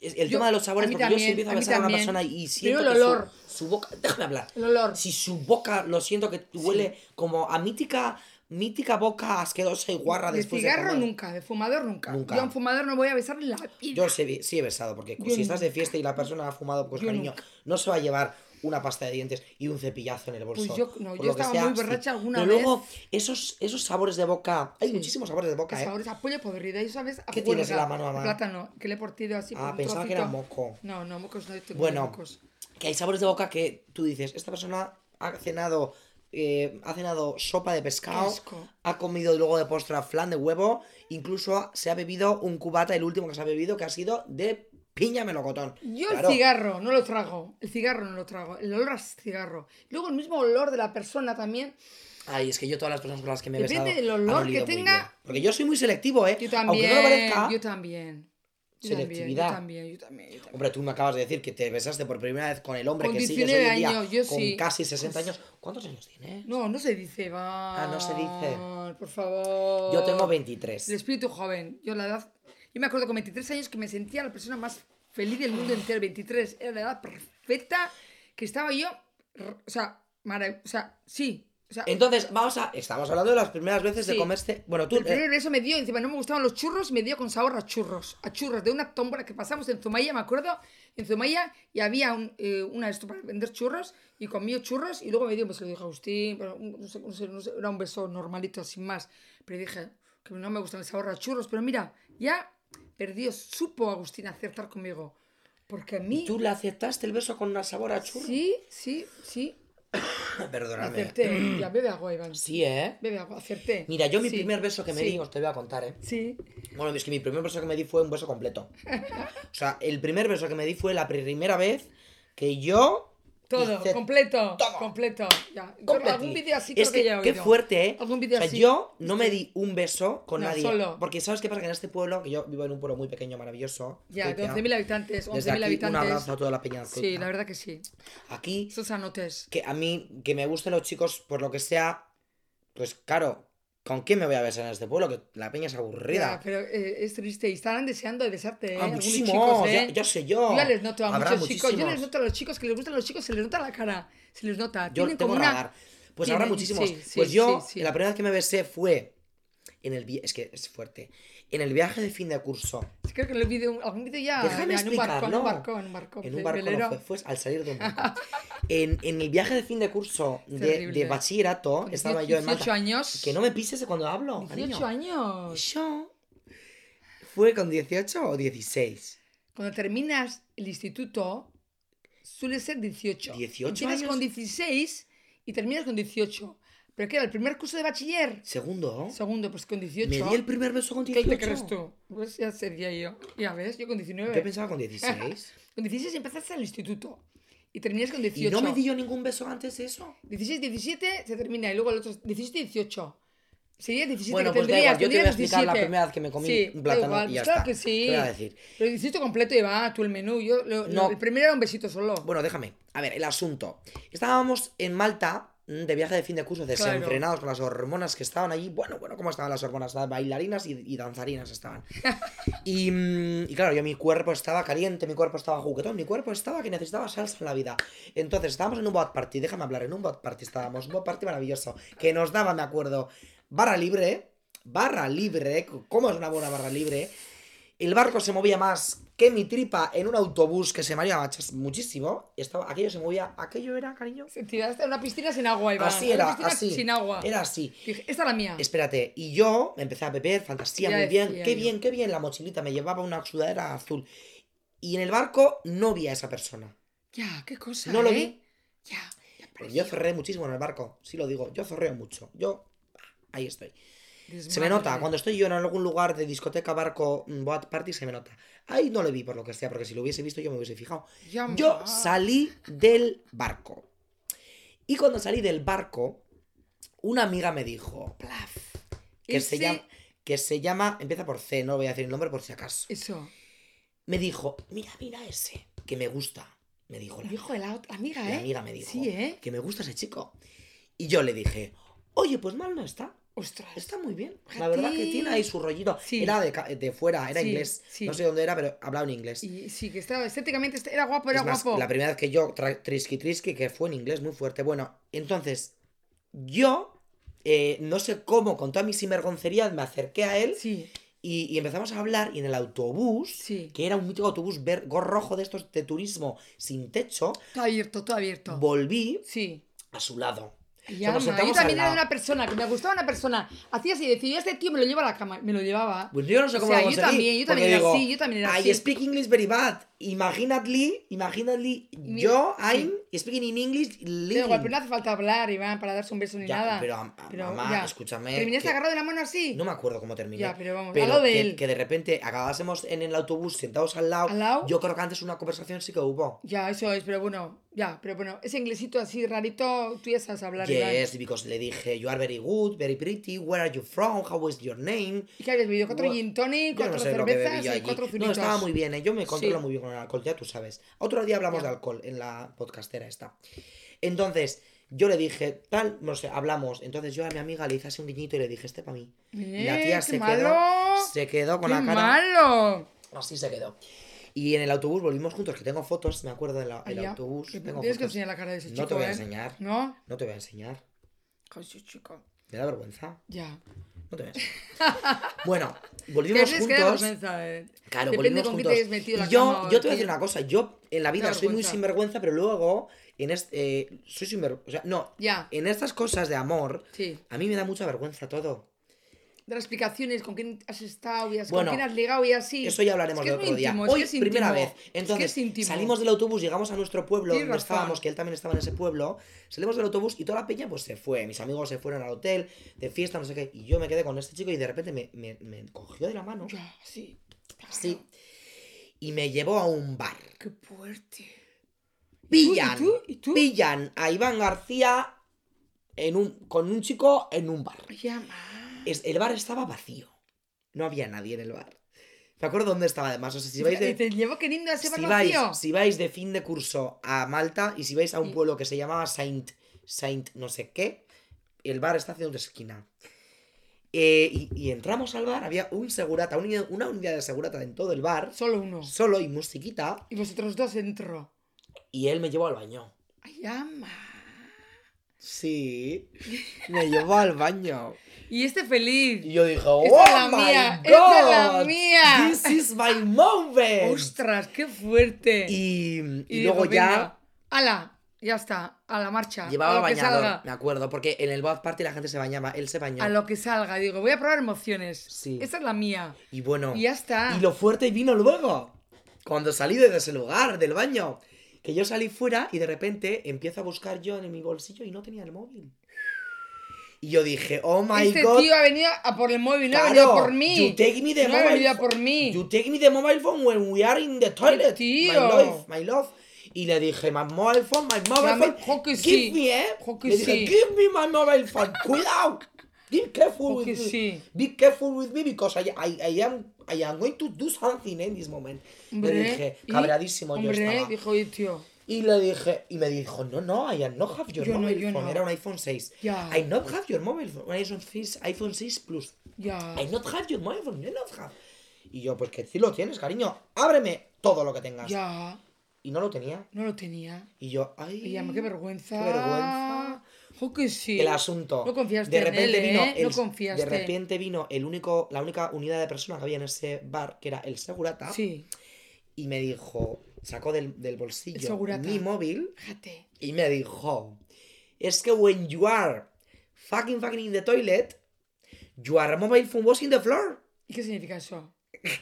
Speaker 2: El
Speaker 3: Yo-
Speaker 2: tema de los
Speaker 3: a
Speaker 2: sabores,
Speaker 3: mí
Speaker 2: porque yo
Speaker 3: también,
Speaker 2: si empiezo a
Speaker 3: a mí
Speaker 2: besar a una
Speaker 3: también.
Speaker 2: persona y
Speaker 3: Pero
Speaker 2: siento
Speaker 3: el
Speaker 2: que su-
Speaker 3: olor.
Speaker 2: Su, boca... Déjame hablar.
Speaker 3: El olor.
Speaker 2: Si su boca, lo siento, que huele como a mítica, mítica boca asquerosa y guarra
Speaker 3: De
Speaker 2: después
Speaker 3: cigarro
Speaker 2: de comer.
Speaker 3: nunca, de fumador nunca.
Speaker 2: Nunca.
Speaker 3: Yo a un fumador no voy a besar en la vida.
Speaker 2: Yo sí, sí he besado, porque
Speaker 3: Yo
Speaker 2: si estás de fiesta y la persona ha fumado, pues
Speaker 3: Yo
Speaker 2: cariño,
Speaker 3: nunca.
Speaker 2: no se va a llevar una pasta de dientes y un cepillazo en el bolso.
Speaker 3: Pues yo- no,
Speaker 2: por
Speaker 3: yo
Speaker 2: lo que
Speaker 3: estaba
Speaker 2: sea,
Speaker 3: muy
Speaker 2: sí.
Speaker 3: borracha alguna
Speaker 2: Pero luego, esos, esos sabores de boca, hay muchísimos sabores de boca,
Speaker 3: Los
Speaker 2: ¿eh?
Speaker 3: sabores a pollo podrida, y sabes, a
Speaker 2: ¿Qué tienes en
Speaker 3: juerga,
Speaker 2: la mano, mamá?
Speaker 3: Plátano, que le he partido así.
Speaker 2: Ah,
Speaker 3: un
Speaker 2: pensaba que era
Speaker 3: trocito.
Speaker 2: moco.
Speaker 3: No, no, mocos no tengo
Speaker 2: Bueno,
Speaker 3: mocos.
Speaker 2: que hay sabores de boca que tú dices, esta persona ha cenado, eh, ha cenado sopa de pescado,
Speaker 3: asco.
Speaker 2: ha comido luego de postre flan de huevo, incluso ha- se ha bebido un cubata, el último que se ha bebido, que ha sido de piña melocotón.
Speaker 3: Yo
Speaker 2: Claro,
Speaker 3: el cigarro no lo trago. El cigarro no lo trago. El olor a cigarro. Luego el mismo olor de la persona también.
Speaker 2: Ay, es que yo todas las personas con las que me he
Speaker 3: Depende
Speaker 2: besado
Speaker 3: del
Speaker 2: han
Speaker 3: olor que
Speaker 2: olido muy
Speaker 3: tenga.
Speaker 2: bien. Porque yo soy muy selectivo, ¿eh?
Speaker 3: Yo también.
Speaker 2: Aunque no lo parezca...
Speaker 3: yo también. Yo también, yo
Speaker 2: Selectividad.
Speaker 3: también, yo también, yo también.
Speaker 2: Hombre, tú me acabas de decir que te besaste por primera vez con el hombre
Speaker 3: Con
Speaker 2: que sigues hoy
Speaker 3: 19
Speaker 2: en día,
Speaker 3: años, yo
Speaker 2: con
Speaker 3: sí.
Speaker 2: casi 60 años. ¿Cuántos años tienes?
Speaker 3: No, no se dice, va.
Speaker 2: Ah, no se dice.
Speaker 3: Por favor.
Speaker 2: Yo tengo
Speaker 3: El
Speaker 2: 23.
Speaker 3: espíritu joven. Yo la edad. Yo me acuerdo con 23 años que me sentía la persona más feliz del mundo entero. 23 era la edad perfecta que estaba yo. r- O sea, marav- o sea, sí. O sea,
Speaker 2: Entonces, vamos a... Estamos hablando de las primeras veces de
Speaker 3: Sí.
Speaker 2: comerse... Bueno, tú...
Speaker 3: el
Speaker 2: eh,
Speaker 3: primer beso me dio, encima no me gustaban los churros, me dio con sabor a churros, a churros, de una tómbola que pasamos en Zumaya, me acuerdo, en Zumaya, y había un, eh, una esto para vender churros, y comí churros, y luego me dio un beso, le dije a Agustín, pero un- no sé, no sé, no sé, era un beso normalito, sin más, pero dije que no me gustan el sabor a churros, pero mira, ya perdió, supo Agustín acertar conmigo, porque a mí,
Speaker 2: ¿Tú le aceptaste el beso con una sabor a churro?
Speaker 3: sí, sí, sí,
Speaker 2: Perdóname.
Speaker 3: acerté, ya bebe agua, Iván,
Speaker 2: Sí, ¿eh?
Speaker 3: bebe agua, acerté.
Speaker 2: Mira, yo mi
Speaker 3: Sí,
Speaker 2: primer beso que me
Speaker 3: sí,
Speaker 2: di, os te voy a contar, ¿eh?
Speaker 3: Sí,
Speaker 2: Bueno, es que mi primer beso que me di fue un beso completo. O sea, el primer beso que me di fue la primera vez que yo...
Speaker 3: Todo,
Speaker 2: hice
Speaker 3: completo.
Speaker 2: todo.
Speaker 3: Completo. Ya. Yo
Speaker 2: Completely.
Speaker 3: Algún vídeo así creo
Speaker 2: es
Speaker 3: que, ya he
Speaker 2: Qué
Speaker 3: oído.
Speaker 2: fuerte, ¿eh?
Speaker 3: Algún vídeo
Speaker 2: o sea,
Speaker 3: así.
Speaker 2: yo no me di un beso con
Speaker 3: No,
Speaker 2: nadie.
Speaker 3: solo.
Speaker 2: Porque ¿sabes qué pasa? Que en este pueblo, que yo vivo en un pueblo muy pequeño, maravilloso.
Speaker 3: Ya, de
Speaker 2: Azcoitia,
Speaker 3: 11.000 habitantes,
Speaker 2: Desde
Speaker 3: 11.000
Speaker 2: aquí, un
Speaker 3: habitantes.
Speaker 2: abrazo a toda la peña de
Speaker 3: Sí,
Speaker 2: Azcoitia.
Speaker 3: la verdad que sí.
Speaker 2: Aquí,
Speaker 3: Esos anotes.
Speaker 2: que a mí, que me gusten los chicos por lo que sea, pues claro, ¿con quién me voy a besar en este pueblo? Que la peña es aburrida.
Speaker 3: Ya, pero eh, es triste. Y estarán deseando de besarte, ¿eh?
Speaker 2: Ah,
Speaker 3: Algunos
Speaker 2: muchísimos,
Speaker 3: chicos, ¿eh?
Speaker 2: ya, ya sé yo.
Speaker 3: Yo ya les noto a
Speaker 2: Habrá
Speaker 3: muchos chicos. Yo les
Speaker 2: muchísimos.
Speaker 3: noto a los chicos que les gustan los chicos, se les nota la cara. Se les nota.
Speaker 2: Yo
Speaker 3: Tienen
Speaker 2: tengo
Speaker 3: como una-
Speaker 2: radar. Pues
Speaker 3: tienen-
Speaker 2: habrá muchísimos.
Speaker 3: sí, sí,
Speaker 2: pues yo,
Speaker 3: sí, sí.
Speaker 2: la primera vez que me besé fue en el vi- es que es fuerte. En el viaje de fin de curso.
Speaker 3: Creo que lo vi de un- algún vídeo ya.
Speaker 2: Déjame
Speaker 3: ya, en un barco,
Speaker 2: explicar,
Speaker 3: en un
Speaker 2: no.
Speaker 3: barco, en un barco.
Speaker 2: En un
Speaker 3: ve-
Speaker 2: barco no
Speaker 3: velero.
Speaker 2: fue, fue al salir de un barco. En, en el viaje de fin de curso de,
Speaker 3: Terrible.
Speaker 2: de bachillerato,
Speaker 3: Con
Speaker 2: estaba
Speaker 3: 18
Speaker 2: yo en Malta.
Speaker 3: años.
Speaker 2: Que no me pises cuando hablo,
Speaker 3: 18
Speaker 2: cariño.
Speaker 3: años.
Speaker 2: Yo fue con 18 o 16.
Speaker 3: Cuando terminas el instituto, suele ser 18.
Speaker 2: 18
Speaker 3: Empiezas
Speaker 2: años.
Speaker 3: con 16 y terminas con 18. ¿Pero qué era? ¿El primer curso de bachiller?
Speaker 2: Segundo,
Speaker 3: Segundo, pues con 18.
Speaker 2: me di el primer beso con
Speaker 3: ¿Qué
Speaker 2: 18.
Speaker 3: te crees tú? Pues ya sería yo. Ya ves, yo con 19.
Speaker 2: Yo pensaba con 16.
Speaker 3: Con 16 empezaste el instituto y terminas con 18.
Speaker 2: ¿Y no me di yo ningún beso antes de eso?
Speaker 3: 16, 17 se termina y luego el otro es 17, 18. Sería 17
Speaker 2: Bueno,
Speaker 3: que
Speaker 2: pues da
Speaker 3: tendrías,
Speaker 2: igual, yo te voy a
Speaker 3: tendrías
Speaker 2: explicar la
Speaker 3: 17.
Speaker 2: primera vez que me comí
Speaker 3: Sí,
Speaker 2: un
Speaker 3: da
Speaker 2: plátano
Speaker 3: igual,
Speaker 2: y ya
Speaker 3: claro
Speaker 2: está.
Speaker 3: que sí.
Speaker 2: Te voy a decir.
Speaker 3: Pero el instituto completo lleva tú el menú. Yo, lo- lo-
Speaker 2: No.
Speaker 3: el primero era un besito solo.
Speaker 2: Bueno, déjame. A ver, el asunto. Estábamos en Malta mm, de viaje de fin de curso, desenfrenados con las hormonas que estaban allí. Bueno, bueno, ¿cómo estaban las hormonas? Las bailarinas y, y danzarinas estaban. Y, mm, y claro, yo mi cuerpo estaba caliente, mi cuerpo estaba juguetón, mi cuerpo estaba que necesitaba salsa en la vida. Entonces estábamos en un bot party, déjame hablar, en un bot party estábamos, un bot party maravilloso, que nos daba, me acuerdo, barra libre, barra libre, ¿cómo es una buena barra libre? El barco se movía más que mi tripa en un autobús que se mareaba chas- muchísimo. Estaba, aquello se movía, aquello era, cariño.
Speaker 3: Se tiraste a una piscina sin agua, Iván.
Speaker 2: Así
Speaker 3: A
Speaker 2: era,
Speaker 3: Una piscina
Speaker 2: así.
Speaker 3: sin agua.
Speaker 2: Era así.
Speaker 3: Dije, esta es la mía.
Speaker 2: Espérate, y yo me empecé a beber, fantasía,
Speaker 3: Ya
Speaker 2: muy bien,
Speaker 3: decía
Speaker 2: qué
Speaker 3: yo.
Speaker 2: bien, qué bien la mochilita, me llevaba una sudadera azul. Y en el barco no vi a esa persona.
Speaker 3: Ya, qué cosa,
Speaker 2: No lo
Speaker 3: ¿eh?
Speaker 2: vi.
Speaker 3: Ya. ya
Speaker 2: Pero
Speaker 3: pareció.
Speaker 2: yo zorré muchísimo en el barco, sí lo digo, yo zorreo mucho. Yo, ahí estoy. Se me
Speaker 3: Desmadre.
Speaker 2: nota, cuando estoy yo en algún lugar de discoteca, barco, mm, boat party, se me nota. Ahí no lo vi por lo que sea, porque si lo hubiese visto yo me hubiese fijado.
Speaker 3: Ya,
Speaker 2: Yo
Speaker 3: ma.
Speaker 2: salí del barco. Y cuando salí del barco, una amiga me dijo, plaf, que, se
Speaker 3: Ese-
Speaker 2: llama, que se llama, empieza por C, no voy a decir el nombre por si acaso.
Speaker 3: Eso.
Speaker 2: Me dijo, mira, mira ese, que me gusta. Me dijo la,
Speaker 3: Dijo la otra amiga, ¿eh?
Speaker 2: la amiga, me dijo,
Speaker 3: Sí, ¿eh?
Speaker 2: que me gusta ese chico. Y yo le dije, oye, pues mal no está.
Speaker 3: Ostras.
Speaker 2: Está muy bien. La
Speaker 3: Fíjate.
Speaker 2: verdad que tiene ahí su rollito.
Speaker 3: Sí.
Speaker 2: Era de, ca- de fuera, era
Speaker 3: Sí,
Speaker 2: inglés.
Speaker 3: sí.
Speaker 2: No sé dónde era, pero hablaba en inglés.
Speaker 3: Y sí, que estaba estéticamente est- era guapo, era
Speaker 2: Es más,
Speaker 3: guapo.
Speaker 2: la primera vez que yo, tra- Trisky Trisky, que fue en inglés muy fuerte. Bueno, entonces, yo, eh, no sé cómo, con toda mi sinvergoncería, me acerqué a él
Speaker 3: Sí,
Speaker 2: y, y empezamos a hablar. Y en el autobús,
Speaker 3: Sí.
Speaker 2: que era un mítico autobús ver, rojo de estos de turismo sin techo,
Speaker 3: todo abierto, todo abierto.
Speaker 2: volví
Speaker 3: sí.
Speaker 2: a su lado.
Speaker 3: Y Ya,
Speaker 2: O sea, nos
Speaker 3: ma, yo
Speaker 2: sentamos
Speaker 3: también
Speaker 2: al
Speaker 3: era
Speaker 2: lado.
Speaker 3: una persona que me gustaba una persona. Hacía así, decía, yo a este tío me lo llevo a la cama. Me lo llevaba.
Speaker 2: Pues yo no sé
Speaker 3: O
Speaker 2: cómo
Speaker 3: sea,
Speaker 2: lo
Speaker 3: yo
Speaker 2: conseguí,
Speaker 3: también, yo
Speaker 2: porque
Speaker 3: también era
Speaker 2: digo,
Speaker 3: así, yo también era
Speaker 2: I
Speaker 3: así".
Speaker 2: speak English very bad. Imaginadly, imaginadly,
Speaker 3: Mi-
Speaker 2: yo,
Speaker 3: sí.
Speaker 2: I'm speaking in English, living.
Speaker 3: Pero igual, pero no hace falta hablar, Iván, para darse un beso ni
Speaker 2: Ya,
Speaker 3: nada.
Speaker 2: pero, am- am- mamá, escúchame,
Speaker 3: ¿Terminaste
Speaker 2: que-
Speaker 3: agarrado este de la mano así?
Speaker 2: No me acuerdo cómo terminé.
Speaker 3: Ya, pero vamos, al lado de
Speaker 2: que,
Speaker 3: él.
Speaker 2: que de repente acabásemos en el autobús sentados al lado.
Speaker 3: Al lado.
Speaker 2: Yo creo que antes una conversación sí que hubo.
Speaker 3: Ya, eso es, pero bueno, ya, pero bueno, ese inglesito así rarito, tú ya sabes hablar, Iván.
Speaker 2: Yes, because le dije, you are very good, very pretty, where are you from, how is your name.
Speaker 3: ¿Y qué habéis bebido? ¿Cuatro
Speaker 2: Gua-
Speaker 3: gin tonic,
Speaker 2: Yo
Speaker 3: cuatro
Speaker 2: no sé lo que bebí
Speaker 3: cervezas
Speaker 2: yo
Speaker 3: y
Speaker 2: allí.
Speaker 3: cuatro
Speaker 2: No,
Speaker 3: zuritos?
Speaker 2: estaba muy bien, ¿eh? yo me controlo
Speaker 3: Sí.
Speaker 2: muy bien con el alcohol, ya tú sabes. Otro día hablamos
Speaker 3: Ya.
Speaker 2: de alcohol en la podcastera esta. Entonces, yo le dije, tal, no sé, hablamos. Entonces yo a mi amiga le hice así un guiñito y le dije, este para mí. Y la
Speaker 3: Eh,
Speaker 2: tía
Speaker 3: qué
Speaker 2: se quedó,
Speaker 3: malo.
Speaker 2: se quedó con
Speaker 3: ¡Qué
Speaker 2: la cara.
Speaker 3: malo!
Speaker 2: Así se quedó. Y en el autobús volvimos juntos, que tengo fotos, me acuerdo del
Speaker 3: Ay,
Speaker 2: el
Speaker 3: ya,
Speaker 2: autobús.
Speaker 3: que
Speaker 2: tengo
Speaker 3: Tienes que
Speaker 2: fotos.
Speaker 3: enseñar la cara de ese
Speaker 2: No
Speaker 3: chico,
Speaker 2: te voy a
Speaker 3: ¿eh?
Speaker 2: enseñar.
Speaker 3: ¿No?
Speaker 2: No te voy a enseñar.
Speaker 3: Con ese chico.
Speaker 2: Me da vergüenza.
Speaker 3: Ya.
Speaker 2: No te voy a enseñar. bueno,
Speaker 3: ¿Qué
Speaker 2: volvimos
Speaker 3: crees que da
Speaker 2: juntos.
Speaker 3: vergüenza, eh?
Speaker 2: Claro,
Speaker 3: Depende
Speaker 2: volvimos
Speaker 3: con quién
Speaker 2: juntos.
Speaker 3: te hayas metido la
Speaker 2: Y yo,
Speaker 3: cama o
Speaker 2: yo te voy a
Speaker 3: qué.
Speaker 2: decir una cosa. Yo en la vida
Speaker 3: Da
Speaker 2: soy muy
Speaker 3: vergüenza.
Speaker 2: sinvergüenza, pero luego en este, eh, soy sinvergüenza. O sea, no.
Speaker 3: Ya.
Speaker 2: En estas cosas de amor,
Speaker 3: Sí.
Speaker 2: a mí me da mucha vergüenza todo.
Speaker 3: De las explicaciones, con quién has estado y has-
Speaker 2: Bueno,
Speaker 3: con quién has ligado y así.
Speaker 2: Eso ya hablaremos
Speaker 3: Es que
Speaker 2: de
Speaker 3: es muy
Speaker 2: otro día.
Speaker 3: íntimo, es
Speaker 2: Hoy,
Speaker 3: que es íntimo.
Speaker 2: primera vez.
Speaker 3: Es que es
Speaker 2: Entonces,
Speaker 3: íntimo.
Speaker 2: salimos del autobús, llegamos a nuestro pueblo,
Speaker 3: Tienes
Speaker 2: donde
Speaker 3: razón.
Speaker 2: estábamos, que él también estaba en ese pueblo. Salimos del autobús y toda la peña pues se fue. Mis amigos se fueron al hotel, de fiesta, no sé qué. Y yo me quedé con este chico y de repente me, me- me cogió de la mano.
Speaker 3: Ya, sí. Claro.
Speaker 2: Sí. Y me llevó a un bar.
Speaker 3: Qué fuerte. ¿Y tú? ¿Y
Speaker 2: Pillan.
Speaker 3: tú? ¿Y tú?
Speaker 2: Pillan a Iván García en un, con un chico en un bar.
Speaker 3: Ya, ma.
Speaker 2: Es- el bar estaba vacío. No había nadie en el bar. Me acuerdo dónde estaba además. O sea, si vais
Speaker 3: Y
Speaker 2: de,
Speaker 3: te llevo queriendo a ese
Speaker 2: si
Speaker 3: bar
Speaker 2: vais,
Speaker 3: vacío.
Speaker 2: si vais de fin de curso a Malta y si vais a un
Speaker 3: Y-
Speaker 2: pueblo que se llamaba Saint, Saint no sé qué, el bar está haciendo una esquina. Eh, y, y entramos al bar, había un segurata, un- una unidad de segurata en todo el bar,
Speaker 3: Solo uno.
Speaker 2: solo y musiquita,
Speaker 3: Y vosotros dos entró.
Speaker 2: y él me llevó al baño.
Speaker 3: Ay, ama.
Speaker 2: Sí, me llevó al baño.
Speaker 3: Y este feliz.
Speaker 2: Y yo dije, ¡Oh,
Speaker 3: Esta es la
Speaker 2: my
Speaker 3: mía,
Speaker 2: God!
Speaker 3: esta es la mía.
Speaker 2: ¡This is my moment!
Speaker 3: Ostras, qué fuerte.
Speaker 2: Y, y
Speaker 3: Y
Speaker 2: luego
Speaker 3: digo,
Speaker 2: ya...
Speaker 3: venga, ala, ya está, a la marcha.
Speaker 2: Llevaba
Speaker 3: a lo que
Speaker 2: bañador,
Speaker 3: Ah, oh, salga.
Speaker 2: me acuerdo, porque en el bath party la gente se bañaba, él se bañó.
Speaker 3: A lo que salga, digo, voy a probar emociones.
Speaker 2: Sí.
Speaker 3: Esta es la mía.
Speaker 2: Y bueno,
Speaker 3: Y ya está.
Speaker 2: y lo fuerte vino luego, cuando salí de ese lugar, del baño, que yo salí fuera y de repente empiezo a buscar yo en mi bolsillo y no tenía el móvil. Y yo dije, oh my
Speaker 3: este
Speaker 2: god,
Speaker 3: tío ha venido a por el móvil, no ha
Speaker 2: Claro,
Speaker 3: venido por mí.
Speaker 2: you take me the
Speaker 3: no ha venido a
Speaker 2: mobile
Speaker 3: por mí.
Speaker 2: you take me the mobile phone when we are in the toilet,
Speaker 3: tío.
Speaker 2: my love, my love. Y le dije, my mobile phone, my mobile
Speaker 3: Ya me-
Speaker 2: phone,
Speaker 3: jo que
Speaker 2: give
Speaker 3: sí,
Speaker 2: me, eh.
Speaker 3: jo que
Speaker 2: le dije,
Speaker 3: sí.
Speaker 2: give me my mobile phone, cuidado. Be careful
Speaker 3: Jo
Speaker 2: with
Speaker 3: que
Speaker 2: me.
Speaker 3: sí.
Speaker 2: Be careful with me because I, I, I am I am going to do something in this moment.
Speaker 3: Hombre,
Speaker 2: le dije,
Speaker 3: y-
Speaker 2: cabreadísimo yo
Speaker 3: hombre,
Speaker 2: estaba.
Speaker 3: dijo, oye, tío,
Speaker 2: Y le dije, y me dijo, no, no, I no have your
Speaker 3: Yo no,
Speaker 2: mobile
Speaker 3: yo
Speaker 2: phone.
Speaker 3: no.
Speaker 2: Era un iPhone 6.
Speaker 3: Ya.
Speaker 2: I not have your mobile phone. Un iPhone 6, iPhone 6 Plus.
Speaker 3: ya.
Speaker 2: I not have your mobile phone. You not have. Y yo, pues que sí lo tienes, cariño. Ábreme todo lo que tengas.
Speaker 3: Ya.
Speaker 2: Y no lo tenía.
Speaker 3: No lo tenía.
Speaker 2: Y yo, ay.
Speaker 3: Ella, qué vergüenza.
Speaker 2: Qué vergüenza.
Speaker 3: Jo que sí.
Speaker 2: El asunto.
Speaker 3: No confiaste
Speaker 2: de
Speaker 3: en
Speaker 2: repente
Speaker 3: él,
Speaker 2: vino
Speaker 3: ¿eh? No
Speaker 2: el-
Speaker 3: confiaste.
Speaker 2: De repente vino el único, la única unidad de personas que había en ese bar, que era el segurata.
Speaker 3: Sí.
Speaker 2: Y me dijo, sacó del, del
Speaker 3: El
Speaker 2: bolsillo
Speaker 3: segurata.
Speaker 2: mi móvil
Speaker 3: Fíjate.
Speaker 2: y me dijo, es que when you are fucking fucking in the toilet, your mobile phone was in the floor.
Speaker 3: ¿Y qué significa eso?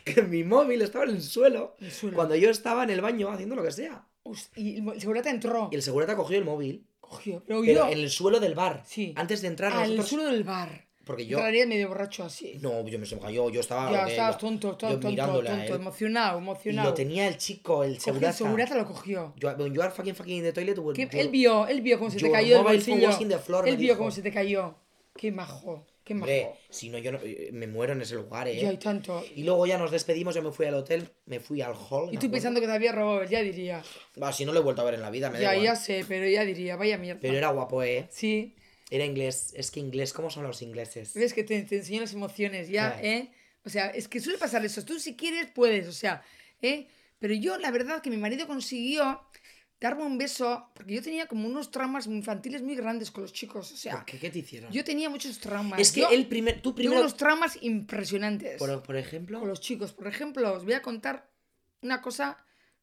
Speaker 2: Que mi móvil estaba en el suelo,
Speaker 3: El suelo.
Speaker 2: cuando yo estaba en el baño haciendo lo que sea.
Speaker 3: Hos- Y el mo- el segurata entró.
Speaker 2: Y el segurata cogió el móvil,
Speaker 3: Cogió. Pero
Speaker 2: pero
Speaker 3: yo.
Speaker 2: en el suelo del bar.
Speaker 3: Sí.
Speaker 2: Antes de entrar
Speaker 3: Al
Speaker 2: nosotros-
Speaker 3: suelo del bar.
Speaker 2: Porque yo...
Speaker 3: Entraría medio borracho así.
Speaker 2: No, yo me se me cayó, yo estaba...
Speaker 3: ya,
Speaker 2: ok,
Speaker 3: estabas
Speaker 2: yo-
Speaker 3: tonto,
Speaker 2: yo
Speaker 3: tonto, tonto,
Speaker 2: mirándole a
Speaker 3: tonto.
Speaker 2: él.
Speaker 3: Emocionado,
Speaker 2: Y
Speaker 3: emocionado.
Speaker 2: lo tenía el chico, el
Speaker 3: Cogió
Speaker 2: segurata.
Speaker 3: El segurata lo cogió.
Speaker 2: You are- when you are fucking fucking in the toilet... pues, well,
Speaker 3: Que
Speaker 2: you-
Speaker 3: Él vio, él vio cómo se te
Speaker 2: Your
Speaker 3: cayó el
Speaker 2: mobile phone
Speaker 3: bolsillo.
Speaker 2: was in the floor,
Speaker 3: él
Speaker 2: me
Speaker 3: vio
Speaker 2: dijo.
Speaker 3: cómo se te cayó. Qué majo, qué majo.
Speaker 2: Hombre, si no, yo no- eh, me muero en ese lugar, ¿eh?
Speaker 3: Yo hay tanto.
Speaker 2: Y luego ya nos despedimos, yo me fui al hotel, me fui al hall.
Speaker 3: Y
Speaker 2: me
Speaker 3: tú
Speaker 2: acuerdo.
Speaker 3: pensando que te había robado, ya diría.
Speaker 2: Bah, si no lo he vuelto a ver en la vida, me da
Speaker 3: Ya,
Speaker 2: igual.
Speaker 3: ya sé, pero ya diría, vaya mierda.
Speaker 2: Pero era guapo, ¿eh?
Speaker 3: Sí,
Speaker 2: Era inglés. Es que inglés, ¿cómo son los ingleses?
Speaker 3: ves que te, te enseñó las emociones, ya,
Speaker 2: Ah.
Speaker 3: ¿eh? O sea, es que suele pasar eso. Tú si quieres, puedes, o sea, ¿eh? Pero yo, la verdad, que mi marido consiguió darme un beso, porque yo tenía como unos traumas infantiles muy grandes con los chicos, o sea,
Speaker 2: ¿Por qué? ¿Qué te hicieron?
Speaker 3: yo tenía muchos traumas.
Speaker 2: es que
Speaker 3: Yo-
Speaker 2: el primer... Tú
Speaker 3: Tengo
Speaker 2: primero...
Speaker 3: unos traumas impresionantes
Speaker 2: Por, por ejemplo...
Speaker 3: con los chicos. Por ejemplo, os voy a contar una cosa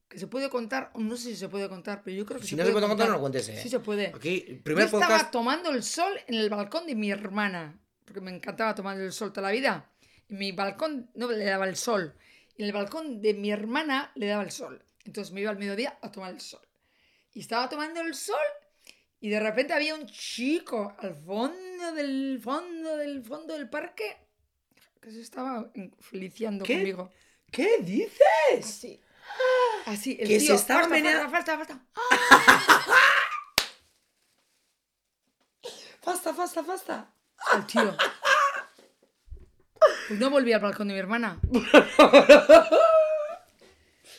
Speaker 3: que se puede contar, o no sé si se puede contar, pero yo creo que
Speaker 2: Si no se puede contar, no lo cuentes, ¿eh?
Speaker 3: Sí se puede.
Speaker 2: Aquí,
Speaker 3: Yo
Speaker 2: primer
Speaker 3: estaba
Speaker 2: podcast...
Speaker 3: tomando el sol en el balcón de mi hermana, porque me encantaba tomar el sol toda la vida. Y mi balcón no le daba el sol. Y en el balcón de mi hermana le daba el sol. Entonces me iba al mediodía a tomar el sol. Y estaba tomando el sol y de repente había un chico al fondo del fondo del fondo del parque que se estaba feliciando
Speaker 2: ¿Qué?
Speaker 3: conmigo.
Speaker 2: ¿Qué dices?
Speaker 3: Así. Así, el
Speaker 2: Ah, Que se
Speaker 3: tío,
Speaker 2: estaba
Speaker 3: "Falta,
Speaker 2: menea-
Speaker 3: falta, falta, falta".
Speaker 2: Fasta, fasta, fasta.
Speaker 3: El tío. Pues no volví al balcón de mi hermana.